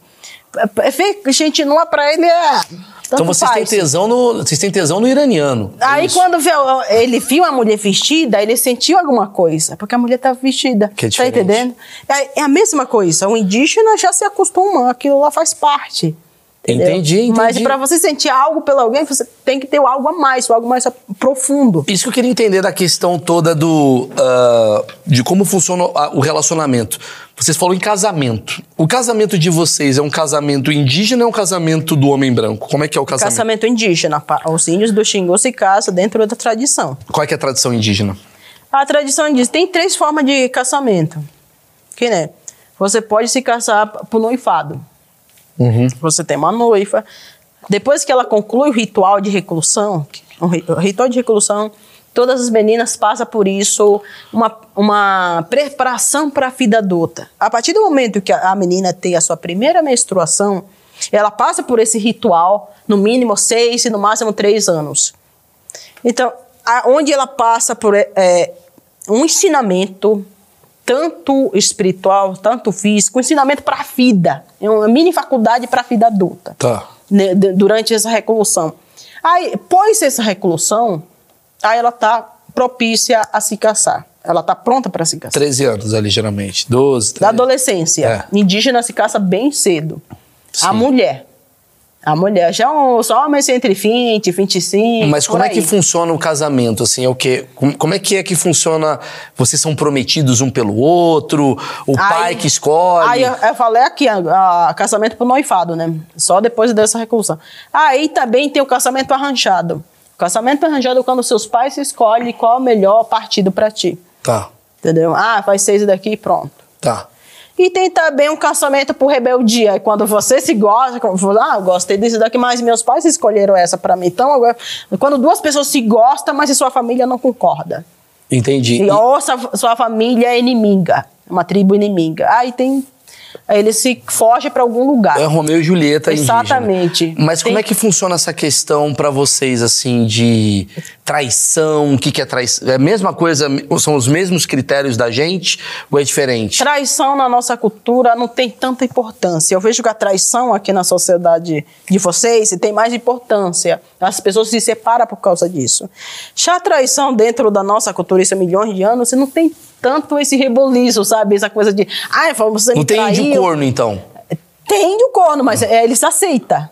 Speaker 2: é, é, Ver gente nua pra ele é. tanto
Speaker 1: Então vocês
Speaker 2: faz.
Speaker 1: têm, tesão no, vocês têm tesão no iraniano. É
Speaker 2: Aí
Speaker 1: isso.
Speaker 2: quando viu- ele viu a mulher vestida, ele sentiu alguma coisa, porque a mulher estava vestida.
Speaker 1: Que é
Speaker 2: tá
Speaker 1: diferente.
Speaker 2: entendendo? É, é a mesma coisa. O indígena já se acostuma, aquilo lá faz parte. entendeu?
Speaker 1: Entendi, entendi.
Speaker 2: Mas para você sentir algo pelo alguém, você tem que ter algo a mais, algo mais profundo.
Speaker 1: Isso que eu queria entender da questão toda do. ah, de como funciona a- o relacionamento. Vocês falaram em casamento. O casamento de vocês é um casamento indígena ou é um casamento do homem branco? Como é que é o casamento?
Speaker 2: Casamento indígena. pa- Os índios do Xingu se casam dentro da tradição.
Speaker 1: Qual é, que é a tradição indígena?
Speaker 2: A tradição diz, tem três formas de casamento. Que né? Você pode se casar por um noivado. Você tem uma noiva. Depois que ela conclui o ritual de reclusão, o ri- o ritual de reclusão, todas as meninas passam por isso, uma, uma preparação para a vida adulta. A partir do momento que a, a menina tem a sua primeira menstruação, ela passa por esse ritual, no mínimo seis e no máximo três anos. Então, a- onde ela passa por é, um ensinamento, tanto espiritual, tanto físico, um ensinamento para a vida. É uma mini faculdade para a vida adulta.
Speaker 1: Tá.
Speaker 2: né, d- durante essa reclusão. Aí, pós essa reclusão, aí ela está propícia a se casar. Ela está pronta para se casar.
Speaker 1: 13 anos ali, geralmente. 12,
Speaker 2: Da
Speaker 1: 13.
Speaker 2: adolescência. Indígena se casa bem cedo. A
Speaker 1: É. Sim.
Speaker 2: mulher. A mulher. Já é um, os homens entre 20, 25.
Speaker 1: Mas
Speaker 2: por
Speaker 1: como é
Speaker 2: aí.
Speaker 1: que funciona o casamento? Assim, é o quê? Como, como é que é que funciona? Vocês são prometidos um pelo outro? O pai
Speaker 2: Aí-
Speaker 1: que escolhe?
Speaker 2: Aí eu, eu falei aqui, a, a- casamento por noivado, né? Só depois dessa reclusão. Aí também tem o casamento arranjado. O casamento arranjado é quando seus pais escolhem qual é o melhor partido pra ti.
Speaker 1: Tá,
Speaker 2: Entendeu? Ah, vai ser esse daqui e pronto.
Speaker 1: tá.
Speaker 2: E tem também um casamento por rebeldia. é Quando você se gosta, como você fala, ah, eu gostei desse daqui, mas meus pais escolheram essa pra mim. Então, agora, quando duas pessoas se gostam, mas a sua família não concorda.
Speaker 1: Entendi.
Speaker 2: E, ó, sua, sua família é inimiga, é uma tribo inimiga. Aí tem. Aí ele se foge para algum lugar.
Speaker 1: É Romeu e Julieta indígena.
Speaker 2: Exatamente.
Speaker 1: Mas como
Speaker 2: Tem-
Speaker 1: é que funciona essa questão pra vocês, assim, de traição? O que, que é traição? É a mesma coisa? Ou São os mesmos critérios da gente? Ou é diferente?
Speaker 2: Traição na nossa cultura não tem tanta importância. Eu vejo que a traição aqui na sociedade de vocês tem mais importância. As pessoas se separam por causa disso. Já a traição dentro da nossa cultura, isso há milhões de anos, não tem tanto esse reboliço, sabe? Essa coisa de, ai, você me
Speaker 1: Não tem
Speaker 2: traiu.
Speaker 1: índio corno, então?
Speaker 2: Tem de corno, mas é,
Speaker 1: <laughs>
Speaker 2: eles aceitam.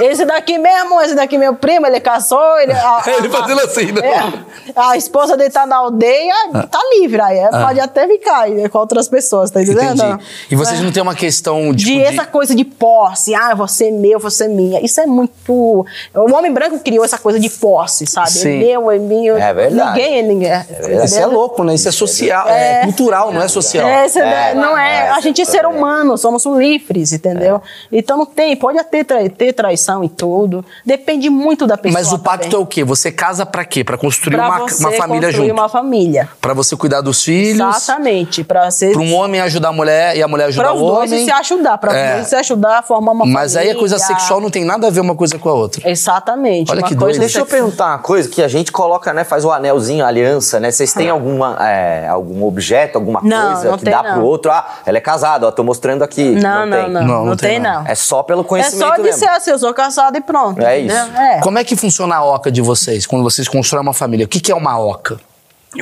Speaker 2: esse daqui mesmo, esse daqui meu primo, ele caçou, ele... a- a-
Speaker 1: <laughs> Ele fazendo assim, né? Ah.
Speaker 2: é, a esposa dele tá na aldeia, tá livre, aí é, pode até ficar aí né, com outras pessoas, tá entendendo?
Speaker 1: Entendi. E vocês não têm uma questão,
Speaker 2: De
Speaker 1: tipo, de...
Speaker 2: essa coisa de posse, ah, você é meu, você é minha. Isso é muito. O homem branco criou essa coisa de posse, sabe?
Speaker 1: Sim.
Speaker 2: É meu, é meu.
Speaker 3: É verdade.
Speaker 2: Ninguém é ninguém.
Speaker 1: Isso é louco, né? Isso é social, é, cultural, não é tá social.
Speaker 2: É, isso é-
Speaker 3: É,
Speaker 2: não é.
Speaker 3: é,
Speaker 2: a gente é ser
Speaker 3: também.
Speaker 2: humano, somos livres, entendeu?
Speaker 1: É.
Speaker 2: Então não tem, pode até trai- ter traição e tudo. Depende muito da pessoa.
Speaker 1: Mas o pacto é
Speaker 2: também.
Speaker 1: o quê? Você casa pra quê? Pra construir
Speaker 2: Pra
Speaker 1: uma,
Speaker 2: você
Speaker 1: uma família
Speaker 2: construir
Speaker 1: junto.
Speaker 2: uma família.
Speaker 1: Pra você cuidar dos filhos,
Speaker 2: Exatamente, para ser
Speaker 1: pra um homem ajudar a mulher e a mulher ajudar
Speaker 2: para os
Speaker 1: o homem.
Speaker 2: dois se ajudar, para
Speaker 1: É.
Speaker 2: se ajudar a formar uma
Speaker 1: Mas aí
Speaker 2: família.
Speaker 1: a coisa sexual não tem nada a ver uma coisa com a outra.
Speaker 2: Exatamente.
Speaker 1: Olha
Speaker 2: uma
Speaker 1: que
Speaker 2: coisa
Speaker 1: doido.
Speaker 3: Deixa eu
Speaker 2: sexual.
Speaker 3: perguntar uma coisa que a gente coloca, né? Faz o anelzinho, a aliança, né? Vocês têm alguma, é, algum objeto, alguma
Speaker 2: Não,
Speaker 3: coisa
Speaker 2: não
Speaker 3: que
Speaker 2: tem,
Speaker 3: dá
Speaker 2: não.
Speaker 3: pro outro? Ah, ela é casada, ó, tô mostrando aqui.
Speaker 2: Não, não,
Speaker 3: tem.
Speaker 2: não. Não,
Speaker 1: Não, não tem,
Speaker 2: tem,
Speaker 1: não.
Speaker 2: não.
Speaker 3: É só pelo
Speaker 2: É
Speaker 3: conhecimento
Speaker 2: só
Speaker 3: mesmo.
Speaker 2: dizer assim, eu sou casado e pronto.
Speaker 3: É
Speaker 2: entendeu?
Speaker 3: isso.
Speaker 2: É.
Speaker 1: Como é que funciona a oca de vocês quando vocês constroem uma família? O que, que é uma oca?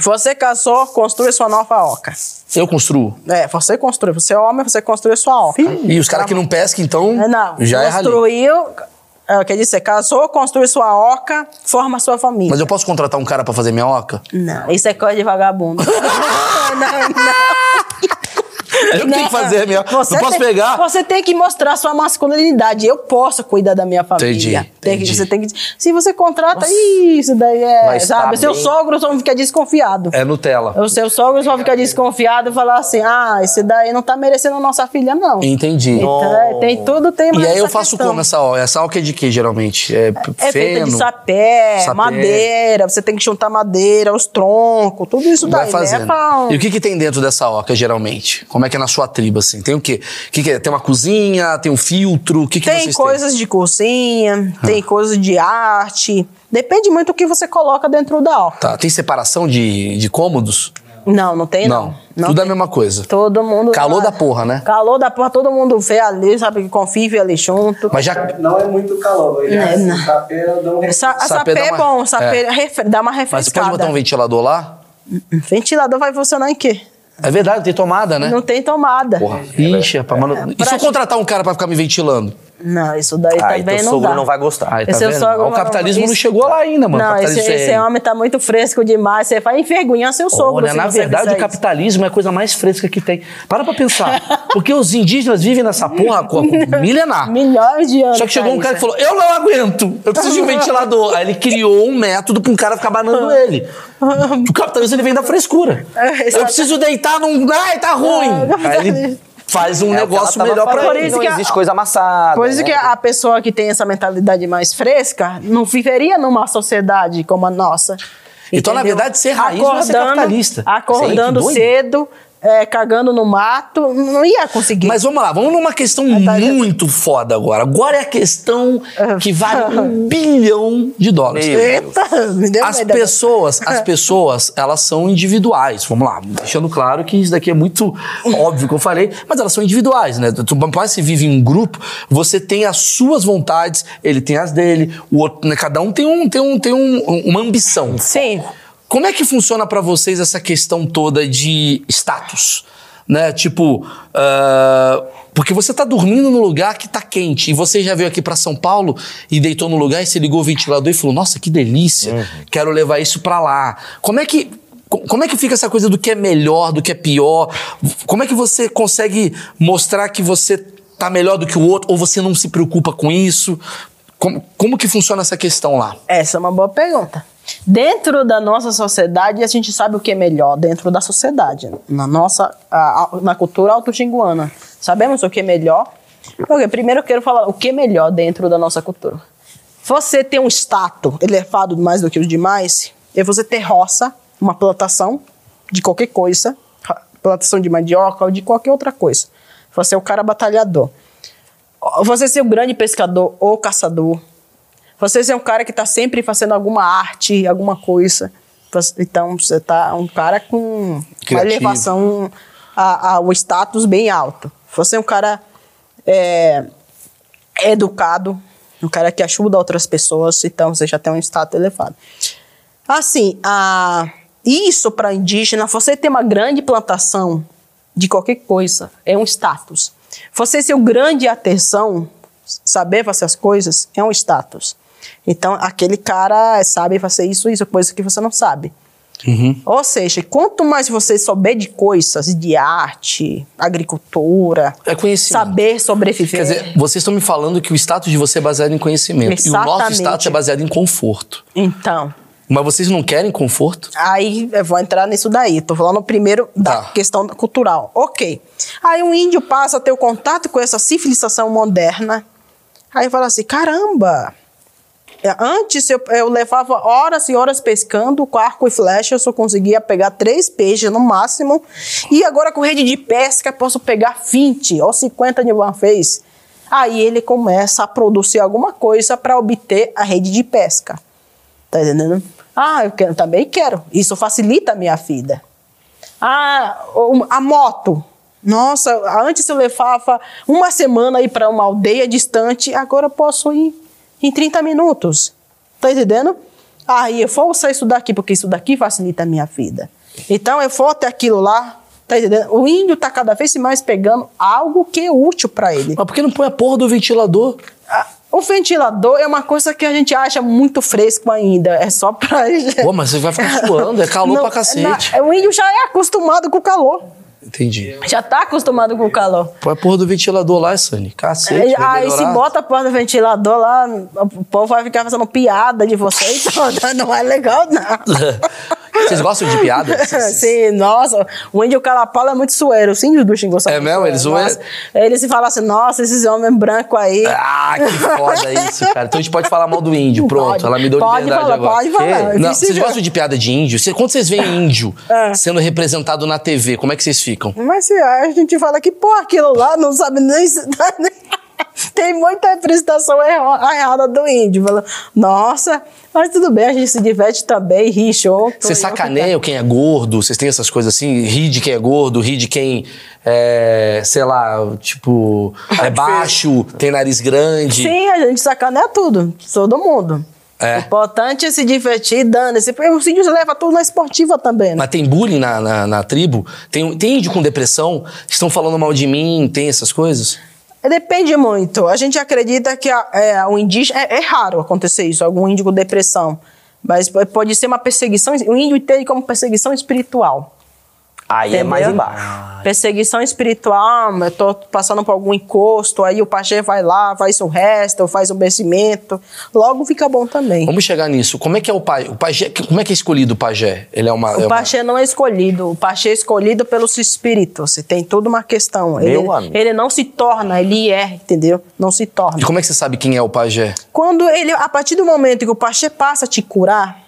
Speaker 2: Você casou, construi sua nova oca.
Speaker 1: Eu construo.
Speaker 2: É, você construiu. Você é homem, você construiu sua oca.
Speaker 1: E os caras que não pescam, então.
Speaker 2: É, Não,
Speaker 1: Já é rali.
Speaker 2: construiu, é, quer dizer, casou, construiu sua oca, forma sua família.
Speaker 1: Mas eu posso contratar um cara pra fazer minha oca?
Speaker 2: Não, isso é coisa de vagabundo. <laughs> não, não.
Speaker 1: Eu que tenho que fazer a minha oca.
Speaker 2: Você
Speaker 1: Não posso
Speaker 2: tem-
Speaker 1: pegar.
Speaker 2: Você tem que mostrar sua masculinidade. Eu posso cuidar da minha família.
Speaker 1: Entendi,
Speaker 2: Tem que-
Speaker 1: entendi.
Speaker 2: você tem que, se você contrata, isso daí é.
Speaker 3: Mas tá
Speaker 2: sabe? seu
Speaker 3: bem.
Speaker 2: sogro só fica desconfiado.
Speaker 1: É Nutella.
Speaker 2: O seu sogro só fica desconfiado e falar assim: ah, esse daí não tá merecendo nossa filha, não.
Speaker 1: Entendi.
Speaker 2: Então, tem tudo, tem mais
Speaker 1: E aí eu
Speaker 2: essa
Speaker 1: faço
Speaker 2: questão.
Speaker 1: como essa oca? Essa oca é de quê, geralmente? É,
Speaker 2: É feita de
Speaker 1: feno?
Speaker 2: sapé,
Speaker 1: sapé.
Speaker 2: madeira, você tem que juntar madeira, os troncos, tudo isso
Speaker 1: Vai
Speaker 2: daí.
Speaker 1: fazendo.
Speaker 2: Né? Pra-
Speaker 1: E o que, que tem dentro dessa oca, geralmente? Como é que é na sua tribo, assim? Tem o quê? O que que é? Tem uma cozinha? Tem um filtro? O que, que
Speaker 2: Tem
Speaker 1: vocês Ah.
Speaker 2: coisas de cozinha, tem coisas de arte. Depende muito do que você coloca dentro da
Speaker 1: têm?
Speaker 2: oca.
Speaker 1: Tá, tem separação de, de cômodos?
Speaker 2: Não, não tem não. Não
Speaker 1: Tudo é
Speaker 2: tem.
Speaker 1: a mesma coisa.
Speaker 2: Todo mundo.
Speaker 1: Calor da porra, né?
Speaker 2: Calor da porra, todo mundo vê ali, sabe, que convive ali junto.
Speaker 1: Mas já.
Speaker 5: Não é muito calor, ele
Speaker 2: Não,
Speaker 5: é, assim,
Speaker 2: não.
Speaker 5: tapé, dá um
Speaker 2: Sa a
Speaker 1: sapé
Speaker 2: sapé,
Speaker 1: dá
Speaker 2: é
Speaker 1: uma-
Speaker 2: bom, sapé refre- dá uma
Speaker 1: Mas você
Speaker 2: refrescada.
Speaker 1: pode botar um ventilador lá?
Speaker 2: Ventilador vai funcionar em quê?
Speaker 1: É verdade, tem tomada, né?
Speaker 2: Não É, tem tomada.
Speaker 3: Porra.
Speaker 1: Ixi, rapaz, mano. E se eu contratar um cara pra ficar me ventilando?
Speaker 2: Não, isso daí
Speaker 3: Aí
Speaker 2: também
Speaker 3: Ah, teu
Speaker 2: não
Speaker 3: então sogro
Speaker 2: dá.
Speaker 3: não vai gostar.
Speaker 1: Aí, tá
Speaker 2: Esse é o
Speaker 1: vendo?
Speaker 2: sogro,
Speaker 1: o capitalismo
Speaker 2: mano,
Speaker 1: não
Speaker 2: isso-
Speaker 1: chegou lá ainda, mano. O
Speaker 2: Não, esse,
Speaker 1: capitalismo é-
Speaker 2: esse homem tá muito fresco demais. Você vai envergonhar seu sogro.
Speaker 1: Olha,
Speaker 2: assim, se
Speaker 1: na
Speaker 2: você
Speaker 1: verdade,
Speaker 2: fizer
Speaker 1: o capitalismo é a coisa mais fresca que tem. Para pra
Speaker 2: <laughs>
Speaker 1: pensar. Porque os indígenas vivem nessa porra co- milenar.
Speaker 2: isso. Milhões de anos.
Speaker 1: Ah. Só que chegou
Speaker 2: tá
Speaker 1: um cara que
Speaker 2: isso.
Speaker 1: falou: Eu não aguento, eu preciso de um ventilador. Aí ele criou um método pra um cara ficar banando ele. O capitalismo ele vem da frescura.
Speaker 2: É, Ah,
Speaker 1: Eu preciso deitar num. Ai, tá ruim. Aí ele faz um
Speaker 3: É o que ela
Speaker 1: negócio
Speaker 3: tava
Speaker 1: melhor
Speaker 3: falando,
Speaker 1: pra
Speaker 2: Por
Speaker 1: ele.
Speaker 2: isso
Speaker 3: Não
Speaker 2: que a-
Speaker 3: existe coisa amassada.
Speaker 2: Por isso
Speaker 1: "Tá
Speaker 3: né?
Speaker 2: que a pessoa que tem essa mentalidade mais fresca não viveria numa sociedade como a nossa.
Speaker 1: Então, na verdade, ser raiz não é ser capitalista.
Speaker 2: Acordando
Speaker 1: Sim, que doido.
Speaker 2: cedo, é, cagando no mato, não ia conseguir.
Speaker 1: Mas vamos lá, vamos numa questão
Speaker 2: tá, já- É.
Speaker 1: muito foda agora. Agora é a questão que vale
Speaker 2: <laughs>
Speaker 1: um bilhão de dólares. É
Speaker 3: Meu
Speaker 2: Eita, me deu
Speaker 1: As
Speaker 2: medo.
Speaker 1: pessoas, as pessoas, elas são individuais. Vamos lá, deixando claro que isso daqui é muito óbvio que eu falei, mas elas são individuais, né? Tu, mais se vive em um grupo, você tem as suas vontades, ele tem as dele, o outro, né? cada um tem um, tem um, tem um, uma ambição.
Speaker 2: Sim.
Speaker 1: Como é que funciona pra vocês essa questão toda de status? Né? Tipo, ah, porque você tá dormindo num lugar que tá quente e você já veio aqui pra São Paulo e deitou no lugar e se ligou o ventilador e falou: "Nossa, que delícia. Quero levar isso pra lá". Como é que co- como é que fica essa coisa do que é melhor, do que é pior? Como é que você consegue mostrar que você tá melhor do que o outro ou você não se preocupa com isso? Como, como que funciona essa questão lá?
Speaker 2: Essa é uma boa pergunta. Dentro da nossa sociedade, a gente sabe o que é melhor dentro da sociedade, na nossa a- a- na cultura auto-xinguana. Sabemos o que é melhor. Porque primeiro eu quero falar o que é melhor dentro da nossa cultura. Você ter um status elevado mais do que os demais, é você ter roça, uma plantação de qualquer coisa, ra- plantação de mandioca ou de qualquer outra coisa. Você é o cara batalhador. Ó, Você ser um grande pescador ou caçador. Você ser um cara que está sempre fazendo alguma arte, alguma coisa. Você- Então, você tá um cara com uma
Speaker 1: Criativo.
Speaker 2: elevação a- ao status bem alto. Você é um cara é, é educado, um cara que ajuda outras pessoas, então você já tem um status elevado. Assim, a- isso para indígena, você ter uma grande plantação de qualquer coisa é um status. Você ser um grande atenção, saber fazer as coisas, é um status. Então, aquele cara sabe fazer isso, isso, coisa que você não sabe.
Speaker 1: Uhum.
Speaker 2: Ou seja, quanto mais você souber de coisas, de arte, agricultura,
Speaker 1: É conhecimento.
Speaker 2: saber sobreviver.
Speaker 1: Quer dizer, vocês estão me falando que o status de você é baseado em conhecimento. E o nosso
Speaker 2: Exatamente.
Speaker 1: status é baseado em conforto.
Speaker 2: Então,
Speaker 1: Mas vocês não querem conforto?
Speaker 2: Aí eu vou entrar nisso daí. Tô falando primeiro da
Speaker 1: Tá.
Speaker 2: questão cultural. Ok. Aí um índio passa a ter o contato com essa civilização moderna. Aí fala assim: caramba! é, Antes eu, eu levava horas e horas pescando com arco e flecha, eu só conseguia pegar três peixes no máximo. E agora com rede de pesca posso pegar 20 ou 50 de uma vez. Aí ele começa a produzir alguma coisa para obter a rede de pesca. Tá entendendo? Ah, eu quero, também quero. Isso facilita a minha vida. Ah, um- a moto. Nossa, antes eu levava uma semana ir para uma aldeia distante, agora eu posso ir em 30 minutos. Tá entendendo? Aí eu vou sair isso daqui, porque isso daqui facilita a minha vida. Então eu vou até aquilo lá. Tá entendendo? O índio tá cada vez mais pegando algo que é útil para ele.
Speaker 1: Mas por que não põe a porra do ventilador?
Speaker 2: Ah, O ventilador é uma coisa que a gente acha muito fresco ainda. É só pra. <laughs>
Speaker 1: Pô, mas você vai ficar suando, é calor
Speaker 2: Não,
Speaker 1: pra cacete.
Speaker 2: não, o índio já é acostumado com o calor.
Speaker 1: Entendi.
Speaker 2: Já tá acostumado com o calor.
Speaker 1: Põe a porra do ventilador lá, Sani. Cacete,
Speaker 2: É,
Speaker 1: vai
Speaker 2: aí se
Speaker 1: melhorar.
Speaker 2: bota a porta do ventilador lá, o povo vai ficar fazendo piada de vocês. <laughs> Não é legal, não.
Speaker 1: <laughs> Vocês gostam de
Speaker 2: <laughs>
Speaker 1: piada?
Speaker 2: Sim, nossa, o índio calapala é muito sueiro. Os índios do Xingu são
Speaker 1: É
Speaker 2: muito
Speaker 1: mesmo? Eles
Speaker 2: sueiros,
Speaker 1: zoam-
Speaker 2: nossa. Eles se falam assim, nossa, esses homens brancos aí.
Speaker 1: Ah, que foda isso, cara. Então a gente pode falar mal do índio, pronto.
Speaker 2: Pode.
Speaker 1: ela me deu
Speaker 2: Pode
Speaker 1: liberdade
Speaker 2: falar,
Speaker 1: agora.
Speaker 2: pode falar.
Speaker 1: Que? Não,
Speaker 2: Isso
Speaker 1: vocês
Speaker 2: já.
Speaker 1: gostam de piada de índio? Cê- Quando vocês veem índio
Speaker 2: É.
Speaker 1: sendo representado na TV, como é que vocês ficam?
Speaker 2: Mas se a gente fala que, pô, aquilo lá não sabe nem. <laughs> se- Tem muita representação erro- errada do índio. Fala, Nossa, mas tudo bem, a gente se diverte também, ri, show. tô
Speaker 1: Você
Speaker 2: eu, tá.
Speaker 1: sacaneia quem é gordo? Vocês têm essas coisas assim? Ri de quem é gordo, ri de quem é, sei lá,
Speaker 2: <laughs>
Speaker 1: tipo, é baixo, tem nariz grande.
Speaker 2: Sim, a gente sacaneia tudo, todo mundo.
Speaker 1: É.
Speaker 2: O importante é se divertir, dane-se. Porque Os índios levam tudo na esportiva também, né?
Speaker 1: Mas tem bullying na, na, na tribo? Tem, tem índio com depressão? Estão falando mal de mim? Tem essas coisas?
Speaker 2: É, Depende muito. A gente acredita que a- é, o indígena. É, é raro acontecer isso, algum índio com depressão. Mas p- pode ser uma perseguição. O índio entende como perseguição espiritual.
Speaker 3: Aí é mais
Speaker 2: Entendeu?
Speaker 3: embaixo.
Speaker 2: Perseguição espiritual, eu tô passando por algum encosto, aí o pajé vai lá, faz o resto, faz o vencimento. Logo fica bom também.
Speaker 1: Vamos chegar nisso. Como é que é o pai? O pajé, como é que é escolhido o pajé? Ele é uma. é
Speaker 2: O
Speaker 1: uma-
Speaker 2: pajé não é escolhido, o pajé é escolhido pelos espíritos. Você tem toda uma questão. Ele,
Speaker 3: Meu amigo.
Speaker 2: ele não se torna, ele é, entendeu? Não se torna.
Speaker 1: E como é que você sabe quem é o pajé?
Speaker 2: Quando ele, a partir do momento que o pajé passa a te curar,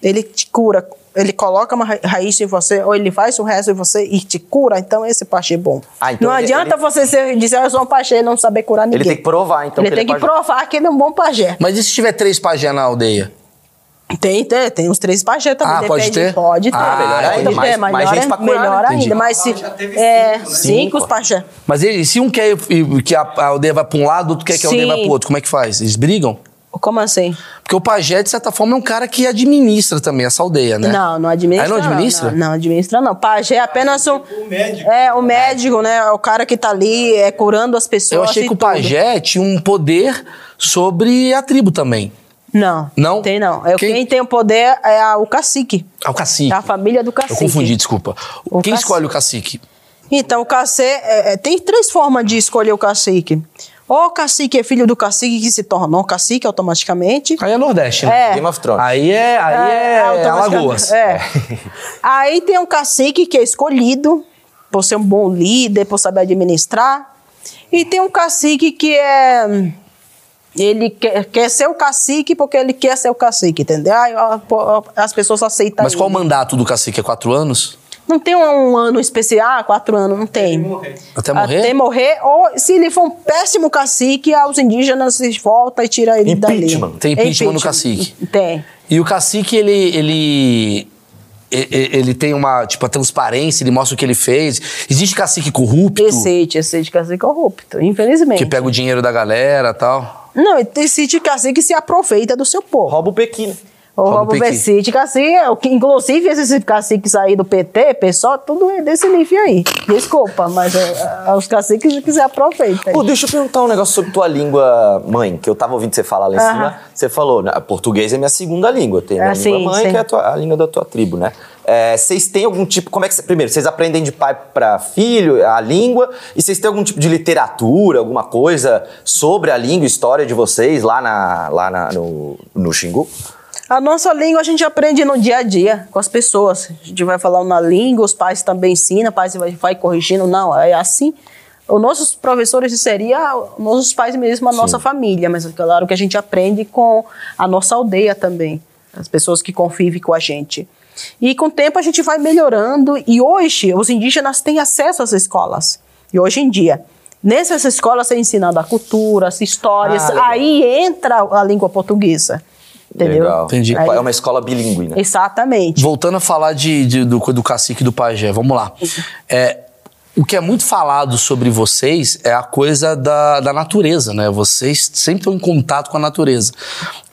Speaker 2: ele te cura, ele coloca uma ra- raiz em você, ou ele faz o resto em você e te cura, então esse pajé é bom.
Speaker 3: Ah, então
Speaker 2: não
Speaker 3: ele-
Speaker 2: adianta
Speaker 3: ele-
Speaker 2: você ser, dizer, eu sou um pajé e não saber curar ninguém.
Speaker 3: Ele tem que provar, então.
Speaker 2: Ele tem
Speaker 3: é
Speaker 2: que
Speaker 3: pajé.
Speaker 2: provar que ele é um bom pajé.
Speaker 1: Mas e se tiver três pajé na aldeia?
Speaker 2: Tem, tem, tem uns três pajé também.
Speaker 1: Ah, pode
Speaker 2: depende-
Speaker 1: ter?
Speaker 2: Pode ter.
Speaker 1: Ah, melhor
Speaker 2: pode
Speaker 1: ainda,
Speaker 2: ter,
Speaker 3: mais- mais
Speaker 2: melhor
Speaker 3: gente pra
Speaker 2: é-
Speaker 3: curar,
Speaker 2: melhor
Speaker 3: né?
Speaker 2: ainda.
Speaker 3: Entendi.
Speaker 2: Mas se,
Speaker 5: Ah, Já teve
Speaker 2: é,
Speaker 5: cinco, né?
Speaker 2: cinco, os pajé.
Speaker 1: Mas e, se um quer e- que a, a aldeia vai pra um lado, outro quer que a aldeia
Speaker 2: Sim.
Speaker 1: vai pro outro, como é que faz? Eles brigam?
Speaker 2: Como assim?
Speaker 1: Porque o pajé, de certa forma, é um cara que administra também essa aldeia, né?
Speaker 2: Não, não administra.
Speaker 1: Aí não administra?
Speaker 2: Não, não administra, não. Pajé é apenas um.
Speaker 5: O médico.
Speaker 2: É, o médico, né? É O cara que tá ali é, curando as pessoas.
Speaker 1: Eu achei
Speaker 2: e
Speaker 1: que o
Speaker 2: tudo.
Speaker 1: pajé tinha um poder sobre a tribo também.
Speaker 2: Não.
Speaker 1: Não?
Speaker 2: Tem, não. É,
Speaker 1: Quem-
Speaker 2: quem... tem o poder é a- o cacique.
Speaker 1: É o cacique.
Speaker 2: É a família do cacique.
Speaker 1: Eu confundi, desculpa.
Speaker 2: O
Speaker 1: quem
Speaker 2: cacique.
Speaker 1: escolhe o cacique?
Speaker 2: Então, o cacique é, é, tem três formas de escolher o cacique. Ou o cacique é filho do cacique que se tornou cacique automaticamente.
Speaker 1: Aí é Nordeste, né?
Speaker 2: É.
Speaker 3: Game of Thrones.
Speaker 1: Aí é, aí é,
Speaker 2: automaticamente.
Speaker 1: Alagoas.
Speaker 2: É. <laughs> Aí tem um cacique que é escolhido por ser um bom líder, por saber administrar. E tem um cacique que é, Ele quer, quer ser o cacique porque ele quer ser o cacique, entendeu? Aí, ó, pô, ó, as pessoas aceitam
Speaker 1: Mas qual o
Speaker 2: ele.
Speaker 1: mandato do cacique? É quatro anos?
Speaker 2: Não tem um, ano especial, ah, quatro anos, não tem.
Speaker 5: morrer.
Speaker 2: Ah,
Speaker 1: Até morrer?
Speaker 2: Até morrer, ou se ele for um péssimo cacique, aos indígenas se volta e tira ele
Speaker 3: Impeachment.
Speaker 2: dali.
Speaker 1: Tem impeachment no cacique.
Speaker 2: Tem.
Speaker 1: E o cacique, ele, ele, e- e- ele tem uma, tipo, a transparência, ele mostra o que ele fez. Existe cacique corrupto,
Speaker 2: Existe, existe cacique é assim corrupto, infelizmente.
Speaker 1: Tipo, que pega o dinheiro da galera e tal.
Speaker 2: Não, existe cacique que se aproveita do seu povo.
Speaker 3: Rouba o Pequim.
Speaker 1: né?
Speaker 2: O
Speaker 1: Rouba o
Speaker 2: Robo
Speaker 1: Pequi.
Speaker 2: Vecite, cacique, é o que- é inclusive esses caciques aí do PT, pessoal, tudo é desse nível aí. Desculpa, mas é, é, os caciques que se aproveitam.
Speaker 3: Pô, deixa eu perguntar um negócio sobre tua língua mãe, que eu tava ouvindo você falar lá em
Speaker 2: Aham.
Speaker 3: cima. Você falou, né, português é minha segunda língua. Tem
Speaker 2: Ah,
Speaker 3: minha
Speaker 2: sim,
Speaker 3: língua mãe,
Speaker 2: sim.
Speaker 3: que é a, tua- a língua da tua tribo, né? É, Vocês têm algum tipo. Como é que. cê- Primeiro, vocês aprendem de pai pra filho a língua, e vocês têm algum tipo de literatura, alguma coisa sobre a língua, história de vocês lá, na, lá na- no, no Xingu?
Speaker 2: A nossa língua a gente aprende no dia a dia com as pessoas. A gente vai falando na língua, os pais também ensinam, os pais vai, vai corrigindo, não, é assim. Os nossos professores seria os nossos pais mesmo, a nossa família, mas é claro que a gente aprende com a nossa aldeia também, as pessoas que convivem com a gente. E com o tempo a gente vai melhorando e hoje os indígenas têm acesso às escolas. E hoje em dia, nessas escolas é ensinada a cultura, as histórias,
Speaker 3: Ah, legal.
Speaker 2: aí entra a língua portuguesa. Entendeu?
Speaker 3: Legal.
Speaker 1: Entendi.
Speaker 3: É uma escola bilíngue, né?
Speaker 2: Exatamente.
Speaker 1: Voltando a falar de, de- do, do cacique e do pajé, vamos lá. É, o que é muito falado sobre vocês é a coisa da, da natureza, né? Vocês sempre estão em contato com a natureza.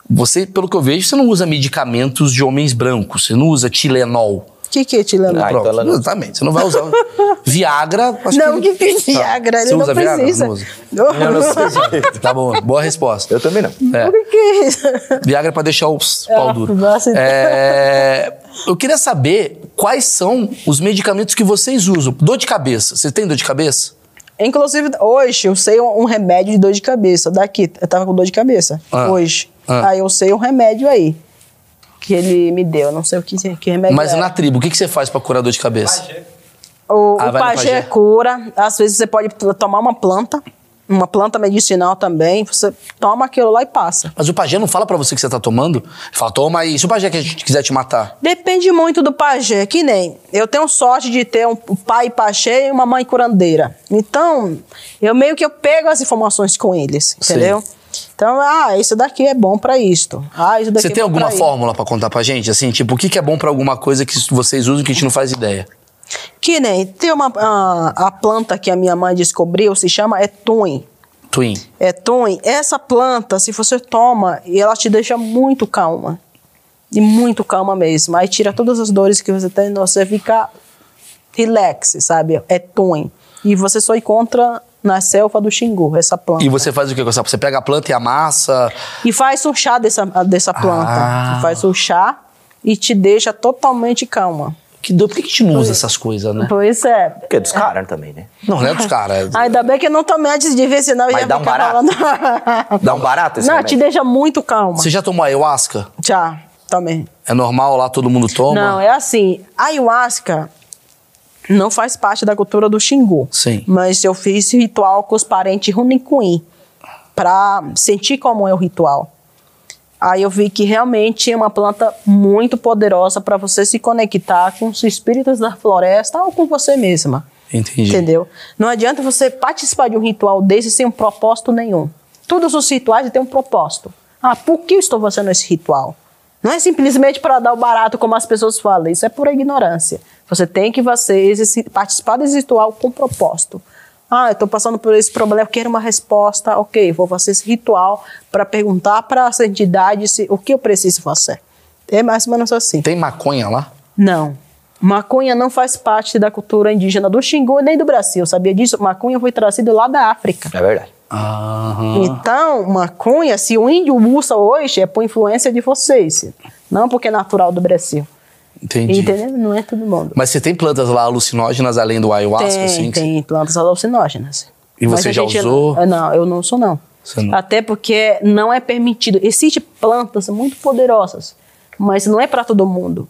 Speaker 1: Você, pelo que eu vejo, você não usa medicamentos de homens brancos, você não usa Tilenol.
Speaker 2: O que, que é Tilano?
Speaker 3: Ah,
Speaker 1: Pronto,
Speaker 3: então ela não-
Speaker 1: exatamente. Você não vai usar <laughs> Viagra. acho
Speaker 2: Não, que tem
Speaker 1: Tá.
Speaker 2: Viagra, ele
Speaker 1: Você
Speaker 2: não
Speaker 1: usa Viagra?
Speaker 2: precisa.
Speaker 1: Não usa.
Speaker 2: Não,
Speaker 3: Eu não sei.
Speaker 1: Tá bom, boa resposta.
Speaker 3: Eu também não.
Speaker 1: É.
Speaker 2: <laughs> Por que é isso?
Speaker 1: Viagra pra deixar o ps- pau
Speaker 2: Ah,
Speaker 1: duro.
Speaker 2: nossa, então.
Speaker 1: É, eu queria saber quais são os medicamentos que vocês usam. Dor de cabeça. Você tem dor de cabeça?
Speaker 2: Inclusive, hoje eu sei um, um remédio de dor de cabeça. Daqui, eu tava com dor de cabeça.
Speaker 1: Ah.
Speaker 2: Hoje.
Speaker 1: Ah.
Speaker 2: Aí eu sei um remédio aí. Que ele me deu. Eu Não sei o que, que remédio
Speaker 1: Mas
Speaker 2: é.
Speaker 1: na tribo, o que, que você faz pra curar dor de cabeça?
Speaker 2: O,
Speaker 1: Ah, vai
Speaker 2: o
Speaker 1: no
Speaker 2: pajé
Speaker 1: pajé.
Speaker 2: cura. Às vezes você pode t- tomar uma planta. Uma planta medicinal também. Você toma aquilo lá e passa.
Speaker 1: Mas o pajé não fala pra você que você tá tomando? Ele fala, toma aí. Se o pajé que quiser te matar.
Speaker 2: Depende muito do pajé, que nem eu tenho sorte de ter um pai pajé e uma mãe curandeira. Então, eu meio que eu pego as informações com eles,
Speaker 1: Sim.
Speaker 2: entendeu? Então, ah, isso daqui é bom pra isto. Ah, isso daqui
Speaker 1: Você
Speaker 2: é
Speaker 1: tem
Speaker 2: bom pra
Speaker 1: alguma
Speaker 2: isso.
Speaker 1: fórmula pra contar pra gente? Assim, tipo, o que, que é bom pra alguma coisa que vocês usam que a gente não faz ideia?
Speaker 2: Que nem tem uma a, a planta que a minha mãe descobriu, se chama é etum.
Speaker 1: Twin.
Speaker 2: É, Tony, essa planta, se você toma, e ela te deixa muito calma. E muito calma mesmo. Aí tira todas as dores que você tem, você fica relax, sabe? É Tony. E você só encontra na selva do Xingu, essa planta.
Speaker 1: E
Speaker 2: E,
Speaker 1: você faz o que com essa? Você pega a planta e amassa.
Speaker 2: faz um chá dessa, dessa planta.
Speaker 1: Ah.
Speaker 2: Faz um chá e te deixa totalmente calma.
Speaker 1: Que dor, por que, que a gente não usa essas coisas, né?
Speaker 2: Pois é.
Speaker 3: Porque é dos caras também, né?
Speaker 1: Não,
Speaker 2: <laughs>
Speaker 1: não é dos caras.
Speaker 2: Ainda bem que eu não tomei antes de ver, senão eu
Speaker 3: Mas
Speaker 2: ia
Speaker 3: dá um
Speaker 2: ficar
Speaker 3: barato.
Speaker 2: falando.
Speaker 3: Dá um barato esse
Speaker 2: não,
Speaker 3: remédio?
Speaker 2: te deixa muito calma.
Speaker 1: Você já tomou ayahuasca?
Speaker 2: Tchau. Também.
Speaker 1: É normal lá, todo mundo toma?
Speaker 2: Não, é assim, a ayahuasca não faz parte da cultura do Xingu.
Speaker 1: Sim.
Speaker 2: Mas eu fiz ritual com os parentes Runicuim para sentir como é o ritual. Aí eu vi que realmente é uma planta muito poderosa para você se conectar com os espíritos da floresta ou com você mesma.
Speaker 1: Entendi.
Speaker 2: é- Entendeu? Não adianta você participar de um ritual desse sem um propósito nenhum. Todos os rituais têm um propósito. Ah, por que eu estou fazendo esse ritual? Não é simplesmente para dar o barato, como as pessoas falam. Isso é pura ignorância. Você tem que você esse- participar desse ritual com propósito. Ah, eu estou passando por esse problema, eu quero uma resposta. Ok, vou fazer esse ritual para perguntar para essa entidade se, o que eu preciso fazer. É mais ou menos assim.
Speaker 1: Tem maconha lá?
Speaker 2: Não. Maconha não faz parte da cultura indígena do Xingu nem do Brasil. Sabia disso? Maconha foi trazido lá da África.
Speaker 3: É verdade.
Speaker 1: Aham.
Speaker 2: Então, maconha, se o índio usa hoje, é por influência de vocês. Não porque é natural do Brasil.
Speaker 1: Entendi.
Speaker 2: Entendeu? Não é todo mundo.
Speaker 1: Mas você tem plantas lá alucinógenas além do ayahuasca,
Speaker 2: tem,
Speaker 1: assim? que-
Speaker 2: tem plantas alucinógenas.
Speaker 1: E
Speaker 2: Mas
Speaker 1: você
Speaker 2: a
Speaker 1: já
Speaker 2: gente-
Speaker 1: usou?
Speaker 2: Ah, Não, eu não uso não.
Speaker 1: Você não-
Speaker 2: Até porque não é permitido. Existem plantas muito poderosas, mas não é para todo mundo.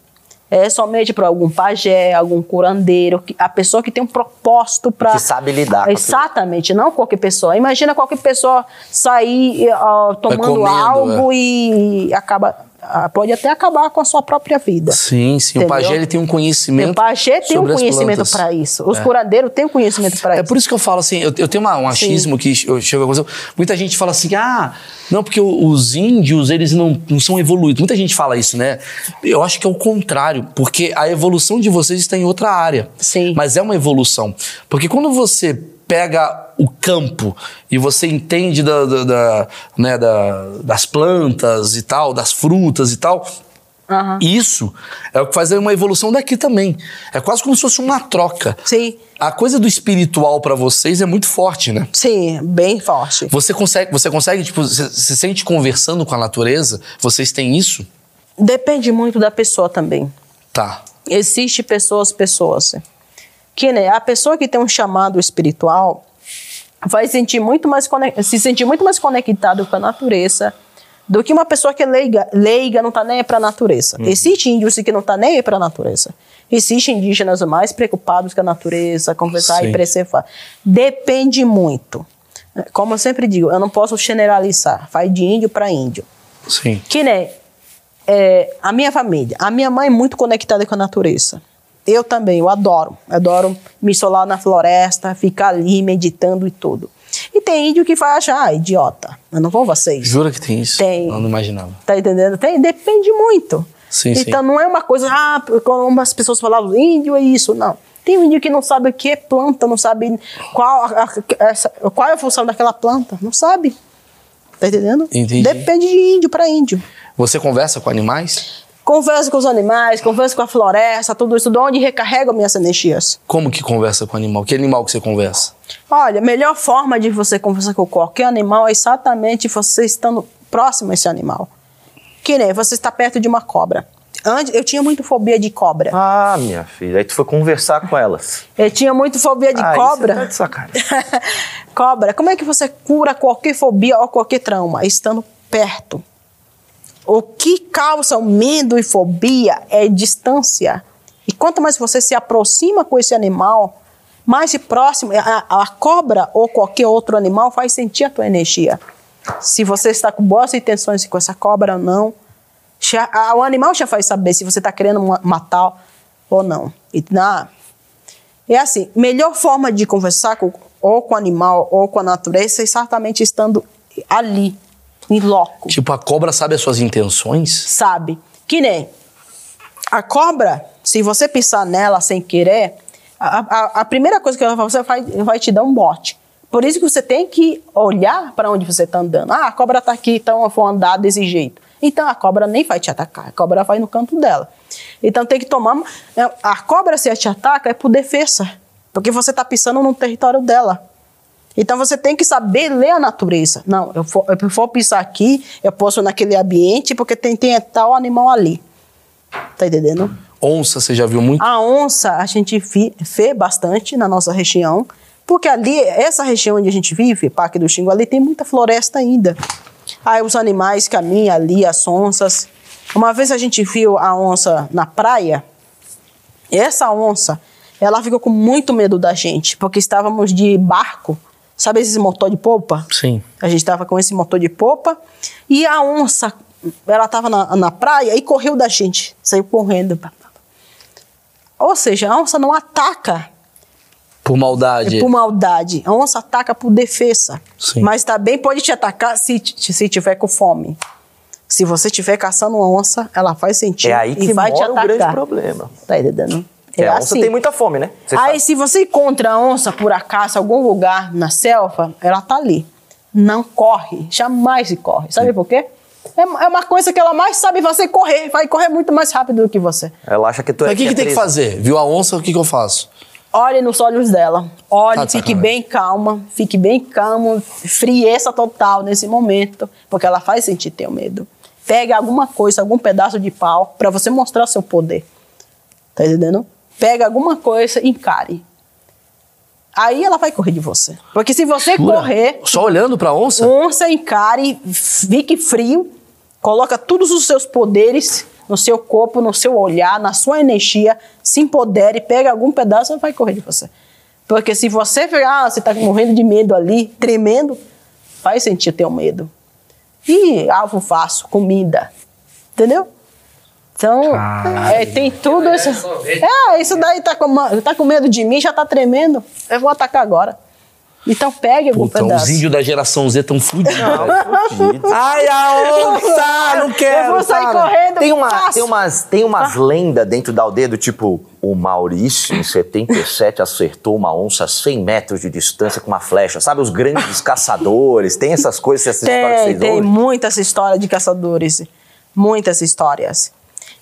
Speaker 2: É somente para algum pajé, algum curandeiro, que- a pessoa que tem um propósito para.
Speaker 3: Que sabe lidar com aquilo.
Speaker 2: Exatamente, não qualquer pessoa. Imagina qualquer pessoa sair ah, tomando
Speaker 1: Tá comendo, é.
Speaker 2: algo e acaba. ah, Pode até acabar com a sua própria vida.
Speaker 1: Sim, sim.
Speaker 2: Entendeu?
Speaker 1: O pajé ele tem um conhecimento.
Speaker 2: O pajé tem um
Speaker 1: sobre as
Speaker 2: conhecimento
Speaker 1: plantas.
Speaker 2: para isso. Os curandeiros têm um conhecimento
Speaker 1: É
Speaker 2: para isso.
Speaker 1: por isso que eu falo assim, eu, eu tenho uma- um achismo que eu chego à conclusão. Muita gente fala assim, ah, não, porque o- os índios, eles não, não são evoluídos. Muita gente fala isso, né? Eu acho que é o contrário, porque a evolução de vocês está em outra área.
Speaker 2: Sim.
Speaker 1: Mas é uma evolução. Porque quando você pega o campo e você entende da, da- da- né, da- das plantas e tal, das frutas e tal,
Speaker 2: Aham.
Speaker 1: isso é o que faz uma evolução daqui também. É quase como se fosse uma troca.
Speaker 2: Sim,
Speaker 1: A coisa do espiritual pra vocês é muito forte, né?
Speaker 2: sim, bem forte.
Speaker 1: Você consegue, você consegue, tipo, você se sente conversando com a natureza? Vocês têm isso?
Speaker 2: Depende muito da pessoa também.
Speaker 1: Tá.
Speaker 2: Existe pessoas, pessoas. Que né, a pessoa que tem um chamado espiritual vai sentir muito mais cone- se sentir muito mais conectado com a natureza do que uma pessoa que é leiga, leiga não tá nem para a natureza. Existe índios que não tá nem para a natureza. Existem indígenas mais preocupados com a natureza, conversar
Speaker 1: Sim.
Speaker 2: e preservar. Depende muito. Como eu sempre digo, eu não posso generalizar. Vai de índio para índio
Speaker 1: Sim.
Speaker 2: que né, é, a minha família, a minha mãe é muito conectada com a natureza. Eu também, eu adoro, adoro me isolar na floresta, ficar ali meditando e tudo. E tem índio que vai achar, ah, idiota, eu não vou vocês.
Speaker 1: Jura que tem isso?
Speaker 2: Tem.
Speaker 1: Eu não imaginava.
Speaker 2: Tá entendendo? Tem, depende muito.
Speaker 1: Sim,
Speaker 2: então não é uma coisa, ah, como as pessoas falavam, índio é isso, não. Tem um índio que não sabe o que é planta, não sabe qual, a- a- essa- qual é a função daquela planta, não sabe. Tá entendendo?
Speaker 1: Entendi.
Speaker 2: Depende de índio para índio.
Speaker 1: Você conversa com animais?
Speaker 2: Converso com os animais, converso com a floresta, tudo isso, de onde recarrego minhas energias.
Speaker 1: Como que conversa com animal? Que animal que você conversa?
Speaker 2: Olha, a melhor forma de você conversar com qualquer animal é exatamente você estando próximo a esse animal. Que nem você está perto de uma cobra. Antes, eu tinha muito fobia de cobra.
Speaker 3: Ah, minha filha. Aí tu foi conversar com elas.
Speaker 2: Eu É, tinha muito fobia de
Speaker 3: Aí
Speaker 2: cobra.
Speaker 3: você tá de sacanagem.
Speaker 2: <laughs> cobra, como é que você cura qualquer fobia ou qualquer trauma? Estando perto. O que causa o medo e fobia é distância. E quanto mais você se aproxima com esse animal, mais de próximo, a, a cobra ou qualquer outro animal faz sentir a tua energia. Se você está com boas intenções com essa cobra ou não, já- a- o animal já faz saber se você está querendo ma- matar ou não. E, na, é assim, melhor forma de conversar com, ou com o animal ou com a natureza é exatamente estando ali, em loco,
Speaker 1: Tipo, a cobra sabe as suas intenções?
Speaker 2: sabe? Que nem a cobra, se você pisar nela sem querer, a, a- a primeira coisa que ela vai fazer vai, vai te dar um bote. Por isso que você tem que olhar para onde você está andando. Ah, a cobra está aqui, então eu vou andar desse jeito. Então a cobra nem vai te atacar, a cobra vai no canto dela. Então tem que tomar. A cobra, se ela te ataca, é por defesa, porque você está pisando no território dela. Então você tem que saber ler a natureza. Não, eu vou, eu vou pisar aqui, eu posso naquele ambiente, porque tem, tem tal animal ali. Tá entendendo?
Speaker 1: Onça, você já viu muito?
Speaker 2: A onça a gente vi- vê bastante na nossa região, porque ali, essa região onde a gente vive, Parque do Xingu, ali tem muita floresta ainda. Aí os animais caminham ali, as onças. Uma vez a gente viu a onça na praia, essa onça, ela ficou com muito medo da gente, porque estávamos de barco, sabe esses motor de polpa?
Speaker 1: Sim.
Speaker 2: A gente estava com esse motor de popa e a onça, ela estava na, na praia e correu da gente, saiu correndo. pá, pá, pá. Ou seja, a onça não ataca
Speaker 1: Por maldade.
Speaker 2: É por maldade, a onça ataca por defesa.
Speaker 1: Sim.
Speaker 2: Mas também pode te atacar se, t- se tiver com fome. Se você estiver caçando uma onça, ela vai sentir
Speaker 3: É aí
Speaker 2: e
Speaker 3: que
Speaker 2: vai te
Speaker 3: mora o
Speaker 2: atacar.
Speaker 3: grande problema.
Speaker 2: Tá entendendo?
Speaker 3: É, a onça
Speaker 2: assim.
Speaker 3: tem muita fome, né? Você
Speaker 2: Aí,
Speaker 3: sabe.
Speaker 2: se você encontra a onça por acaso em algum lugar na selva, ela tá ali. Não corre, jamais se corre. Sabe por quê? É, é uma coisa que ela mais sabe fazer correr, vai correr muito mais rápido do que você.
Speaker 3: Ela acha que tu é
Speaker 1: Mas o que, que tem que
Speaker 3: presa.
Speaker 1: fazer? Viu a onça, o que, que eu faço?
Speaker 2: Olhe nos olhos dela.
Speaker 1: Tá
Speaker 2: Olhe,
Speaker 1: de
Speaker 2: fique
Speaker 1: sacanagem.
Speaker 2: bem calma, fique bem calmo, frieza total nesse momento, porque ela faz sentir teu medo. Pegue alguma coisa, algum pedaço de pau, para você mostrar seu poder. Tá entendendo? Pega alguma coisa e encare. Aí ela vai correr de você. Porque se você
Speaker 1: Jura?
Speaker 2: correr,
Speaker 1: Só olhando pra onça?
Speaker 2: onça encare, fique frio, coloca todos os seus poderes no seu corpo, no seu olhar, na sua energia, se empodere, pega algum pedaço e vai correr de você. Porque se você virar, ah, você está morrendo de medo ali, tremendo, vai sentir teu medo. E alvo fácil, comida. Entendeu? Então, é, tem tudo isso. É, isso daí tá com, ma- tá com medo de mim, já tá tremendo. Eu vou atacar agora. Então pegue algum
Speaker 1: Puta, um os
Speaker 2: pedaço.
Speaker 1: índios da geração Z tão fudidos.
Speaker 3: é <laughs> Ai, a <laughs> onça! Não quero!
Speaker 2: Eu vou sair
Speaker 3: cara.
Speaker 2: correndo,
Speaker 3: Tem, uma-
Speaker 2: fácil.
Speaker 3: tem umas, tem umas lendas dentro da aldeia do tipo: o Maurício, em 77, acertou uma onça a 100 metros de distância com uma flecha. Sabe, os grandes caçadores. Tem essas coisas, essas histórias que
Speaker 2: Tem,
Speaker 3: vocês
Speaker 2: tem
Speaker 3: ouvem?
Speaker 2: muita essa história de caçadores. Muitas histórias.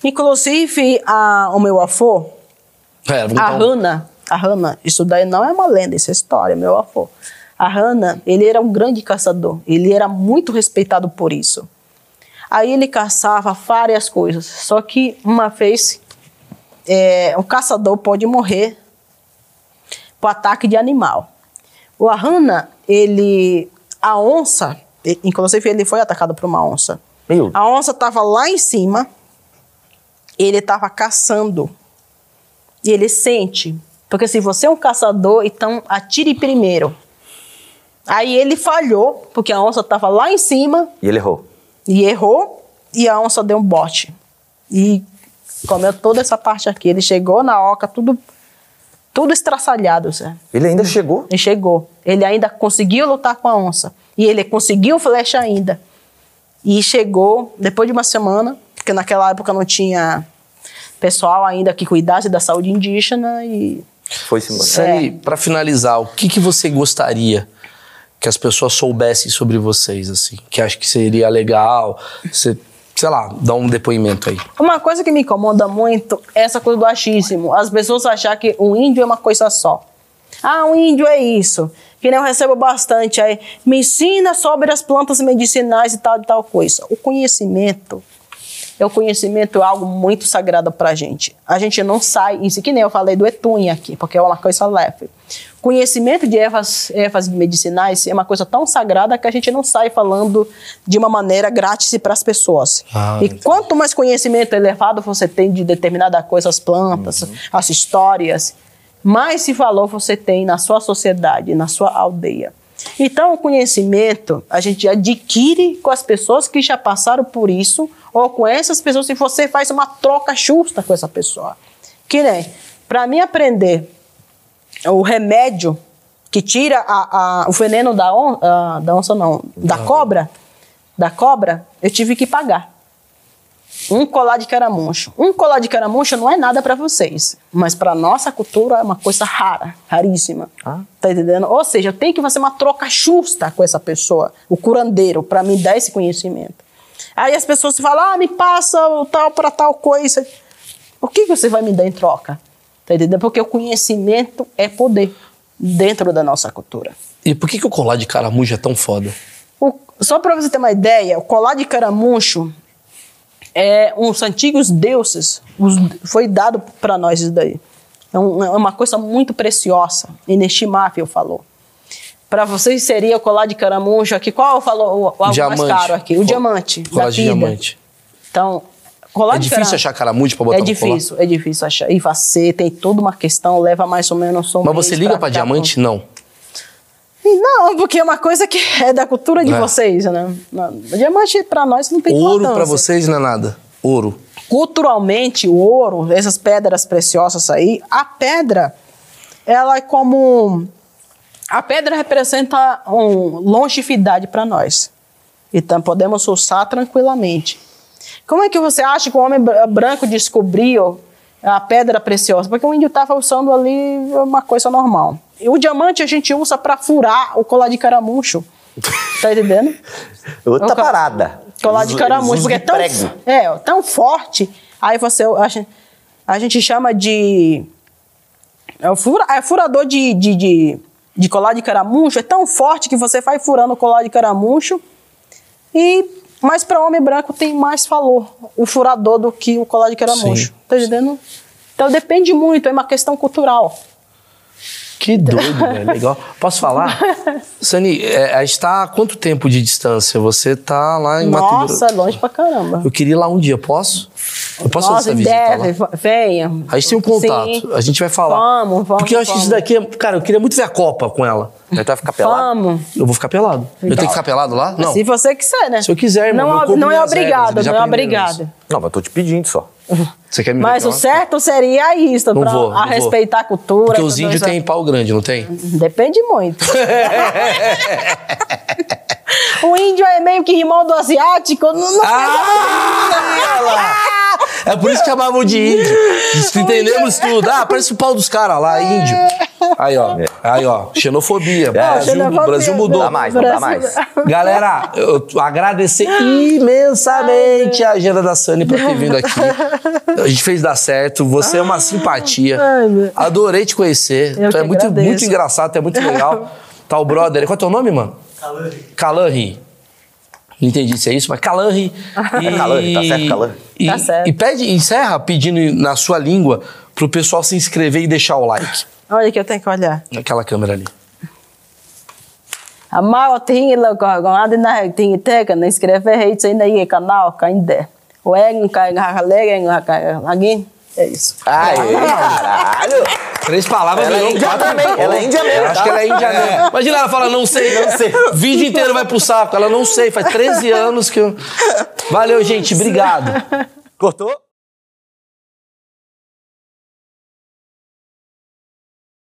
Speaker 2: Inclusive, a, o meu avô,
Speaker 1: É, vamos
Speaker 2: a
Speaker 3: Então-
Speaker 1: dar um-
Speaker 2: Hannah, a Hannah, isso daí não é uma lenda, isso é história, meu avô. A Hannah, ele era um grande caçador, ele era muito respeitado por isso. Aí ele caçava várias coisas, só que uma vez é, um caçador pode morrer por ataque de animal. O Hannah, ele, a onça, e- inclusive ele foi atacado por uma onça.
Speaker 3: Meu
Speaker 2: A onça estava lá em cima, ele estava caçando. E ele sente. Porque se você é um caçador, então atire primeiro. Aí ele falhou, porque a onça estava lá em cima
Speaker 3: E ele errou.
Speaker 2: e errou, e a onça deu um bote. E comeu toda essa parte aqui. Ele chegou na oca, tudo, tudo estraçalhado, Zé.
Speaker 3: Ele ainda chegou.
Speaker 2: Ele chegou. Ele ainda conseguiu lutar com a onça. E ele conseguiu flecha ainda. E chegou depois de uma semana, porque naquela época não tinha pessoal ainda que cuidasse da saúde indígena e
Speaker 3: Foi-se embora.
Speaker 2: É.
Speaker 1: Sally, pra finalizar, o que, que você gostaria que as pessoas soubessem sobre vocês, assim? Que acho que seria legal? Você, sei lá, dá um depoimento aí.
Speaker 2: Uma coisa que me incomoda muito é essa coisa do achismo. As pessoas achar que o índio é uma coisa só. Ah, o índio é isso. Que nem eu recebo bastante aí. Me ensina sobre as plantas medicinais e tal e tal coisa. O conhecimento. é O conhecimento é algo muito sagrado pra gente. A gente não sai isso, que nem eu falei do etunha aqui, porque é uma coisa leve. Conhecimento de ervas, ervas medicinais é uma coisa tão sagrada que a gente não sai falando de uma maneira grátis para as pessoas.
Speaker 1: Ah,
Speaker 2: e quanto mais conhecimento elevado você tem de determinada coisa, as plantas, as histórias, mais esse valor você tem na sua sociedade, na sua aldeia. Então, o conhecimento a gente adquire com as pessoas que já passaram por isso, ou com essas pessoas, se você faz uma troca justa com essa pessoa. Que nem, para mim aprender o remédio que tira a- a- o veneno da, on- ah, da onça, não, da cobra, da cobra, eu tive que pagar. Um colar de caramujo. Um colar de caramujo não é nada para vocês, mas para nossa cultura é uma coisa rara, raríssima. Tá entendendo? Ou seja, tem que fazer uma troca justa com essa pessoa, o curandeiro, para me dar esse conhecimento. Aí as pessoas falam, ah, me passa o tal para tal coisa. O que que você vai me dar em troca? Tá entendendo? Porque o conhecimento é poder dentro da nossa cultura.
Speaker 1: E por que, que o colar de caramujo é tão foda?
Speaker 2: O- só para você ter uma ideia, o colar de caramucho é uns antigos deuses, os- foi dado para nós isso daí. É, um- é uma coisa muito preciosa, inestimável, falou. Para vocês seria o colar de caramujo aqui, qual falou o, o algo mais
Speaker 1: Diamante.
Speaker 2: caro aqui? O
Speaker 1: Co-
Speaker 2: diamante.
Speaker 1: colar
Speaker 2: da
Speaker 1: de
Speaker 2: vida.
Speaker 1: diamante.
Speaker 2: Então, colar
Speaker 1: É
Speaker 2: de
Speaker 1: difícil
Speaker 2: caramujo-
Speaker 1: achar caramujo pra botar
Speaker 2: É
Speaker 1: no colar?
Speaker 2: difícil, é difícil achar. E você tem toda uma questão, leva mais ou menos um
Speaker 1: Mas você
Speaker 2: mês
Speaker 1: liga pra
Speaker 2: ficar
Speaker 1: diamante? Não.
Speaker 2: não, porque é uma coisa que é da cultura de
Speaker 1: É.
Speaker 2: vocês, né? Não, Diamante para nós não tem
Speaker 1: Ouro
Speaker 2: importância.
Speaker 1: pra vocês não é nada. Ouro.
Speaker 2: Culturalmente, o ouro, essas pedras preciosas aí, a pedra, ela é como a pedra representa um longevidade para nós. Então podemos usar tranquilamente. Como é que você acha que o homem br- branco descobriu a pedra preciosa? Porque o índio estava usando ali uma coisa normal. E o diamante a gente usa para furar o colar de caramucho. Tá entendendo?
Speaker 3: É Outra
Speaker 2: Eu co-
Speaker 3: parada.
Speaker 2: Colar de
Speaker 3: Eles- eles
Speaker 2: caramujo,
Speaker 3: usam
Speaker 2: porque é
Speaker 3: de
Speaker 2: tão,
Speaker 3: prego.
Speaker 2: é, ó, tão forte. Aí você. A gente, a gente chama de. É o fura- é furador de, de, de, de colar de caramujo. É tão forte que você vai furando o colar de caramujo. E, mas para homem branco tem mais valor o furador do que o colar de caramujo.
Speaker 1: Sim.
Speaker 2: Tá entendendo? Então depende muito, é uma questão cultural. <laughs>
Speaker 1: Que doido, velho. Legal. Posso falar? Sani, é, a gente tá a quanto tempo de distância? Você tá lá em Mato
Speaker 2: Nossa, é
Speaker 1: Grosso.
Speaker 2: longe pra caramba.
Speaker 1: Eu queria ir lá um dia, posso? Eu posso fazer
Speaker 2: Nossa,
Speaker 1: essa visita lá?
Speaker 2: deve, va- venha.
Speaker 1: A gente tem um contato,
Speaker 2: Sim.
Speaker 1: a gente vai falar.
Speaker 2: Vamos, vamos,
Speaker 1: Porque eu acho que
Speaker 2: vamos.
Speaker 1: isso daqui, é- cara, eu queria muito ver a Copa com ela.
Speaker 3: Então vai ficar pelado?
Speaker 2: Vamos.
Speaker 1: Eu vou ficar pelado. Eu tenho que ficar pelado lá? Não.
Speaker 2: Se você quiser, né?
Speaker 1: Se eu quiser, irmão, meu
Speaker 2: Não,
Speaker 1: corpo
Speaker 2: não é
Speaker 1: minhas
Speaker 2: obrigado,
Speaker 1: regras, já
Speaker 2: não é
Speaker 1: aprendemos
Speaker 2: obrigado.
Speaker 3: Não, mas eu tô te pedindo só.
Speaker 1: Você quer me
Speaker 2: Mas
Speaker 1: ver
Speaker 2: o é
Speaker 1: pelado?
Speaker 2: certo seria isso,
Speaker 1: Não
Speaker 2: pra
Speaker 1: vou, não
Speaker 2: a
Speaker 1: vou.
Speaker 2: respeitar a cultura.
Speaker 1: Porque os
Speaker 2: tudo
Speaker 1: índios
Speaker 2: isso.
Speaker 1: têm pau grande, não tem?
Speaker 2: Depende muito. o índio é meio que irmão do asiático. Não, não-
Speaker 1: Ah, lá. É por isso que chamavam de índio. Isso, Entendemos tudo. Ah, parece o pau dos caras lá, índio. Aí, ó. Aí, ó. Xenofobia. Brasil,
Speaker 2: É. xenofobia,
Speaker 1: Brasil mudou.
Speaker 3: Dá mais, não dá
Speaker 2: Brasil-
Speaker 3: mais.
Speaker 1: Galera, eu agradecer imensamente a agenda da Sani por ter
Speaker 2: <laughs>
Speaker 1: vindo aqui. A gente fez dar certo, você é uma simpatia.
Speaker 2: Ai, meu-
Speaker 1: Adorei te conhecer.
Speaker 2: Eu
Speaker 1: tu é
Speaker 2: que
Speaker 1: muito,
Speaker 2: agradeço.
Speaker 1: muito engraçado, tu é muito
Speaker 2: <laughs>
Speaker 1: legal. Tá o brother. Qual é teu nome, mano?
Speaker 5: é
Speaker 1: Calanri. Não entendi se é isso, mas
Speaker 3: <laughs>
Speaker 1: Calanri. E-
Speaker 3: Calanri, tá certo, Calanri.
Speaker 1: E,
Speaker 2: Tá certo.
Speaker 1: e pede, encerra pedindo na sua língua pro pessoal se inscrever e deixar o like.
Speaker 2: Olha que eu tenho que olhar.
Speaker 1: Naquela câmera ali.
Speaker 2: Amar o tinha logo agora na tinha tega na escrever reis ainda aí canal ainda. O eng cai na galera eng alguém é isso.
Speaker 3: Ai, caralho!
Speaker 1: Três palavras,
Speaker 3: Ela é
Speaker 1: virou
Speaker 3: índia
Speaker 1: quatro. <laughs>
Speaker 3: também, ela é índia mesmo,
Speaker 1: Eu Acho
Speaker 3: tá?
Speaker 1: que ela é índia mesmo. Imagina ela fala, não sei.
Speaker 3: Não sei.
Speaker 1: O vídeo inteiro vai pro saco. Ela não sei, faz 13 anos que eu. Valeu, gente. Obrigado.
Speaker 3: Cortou?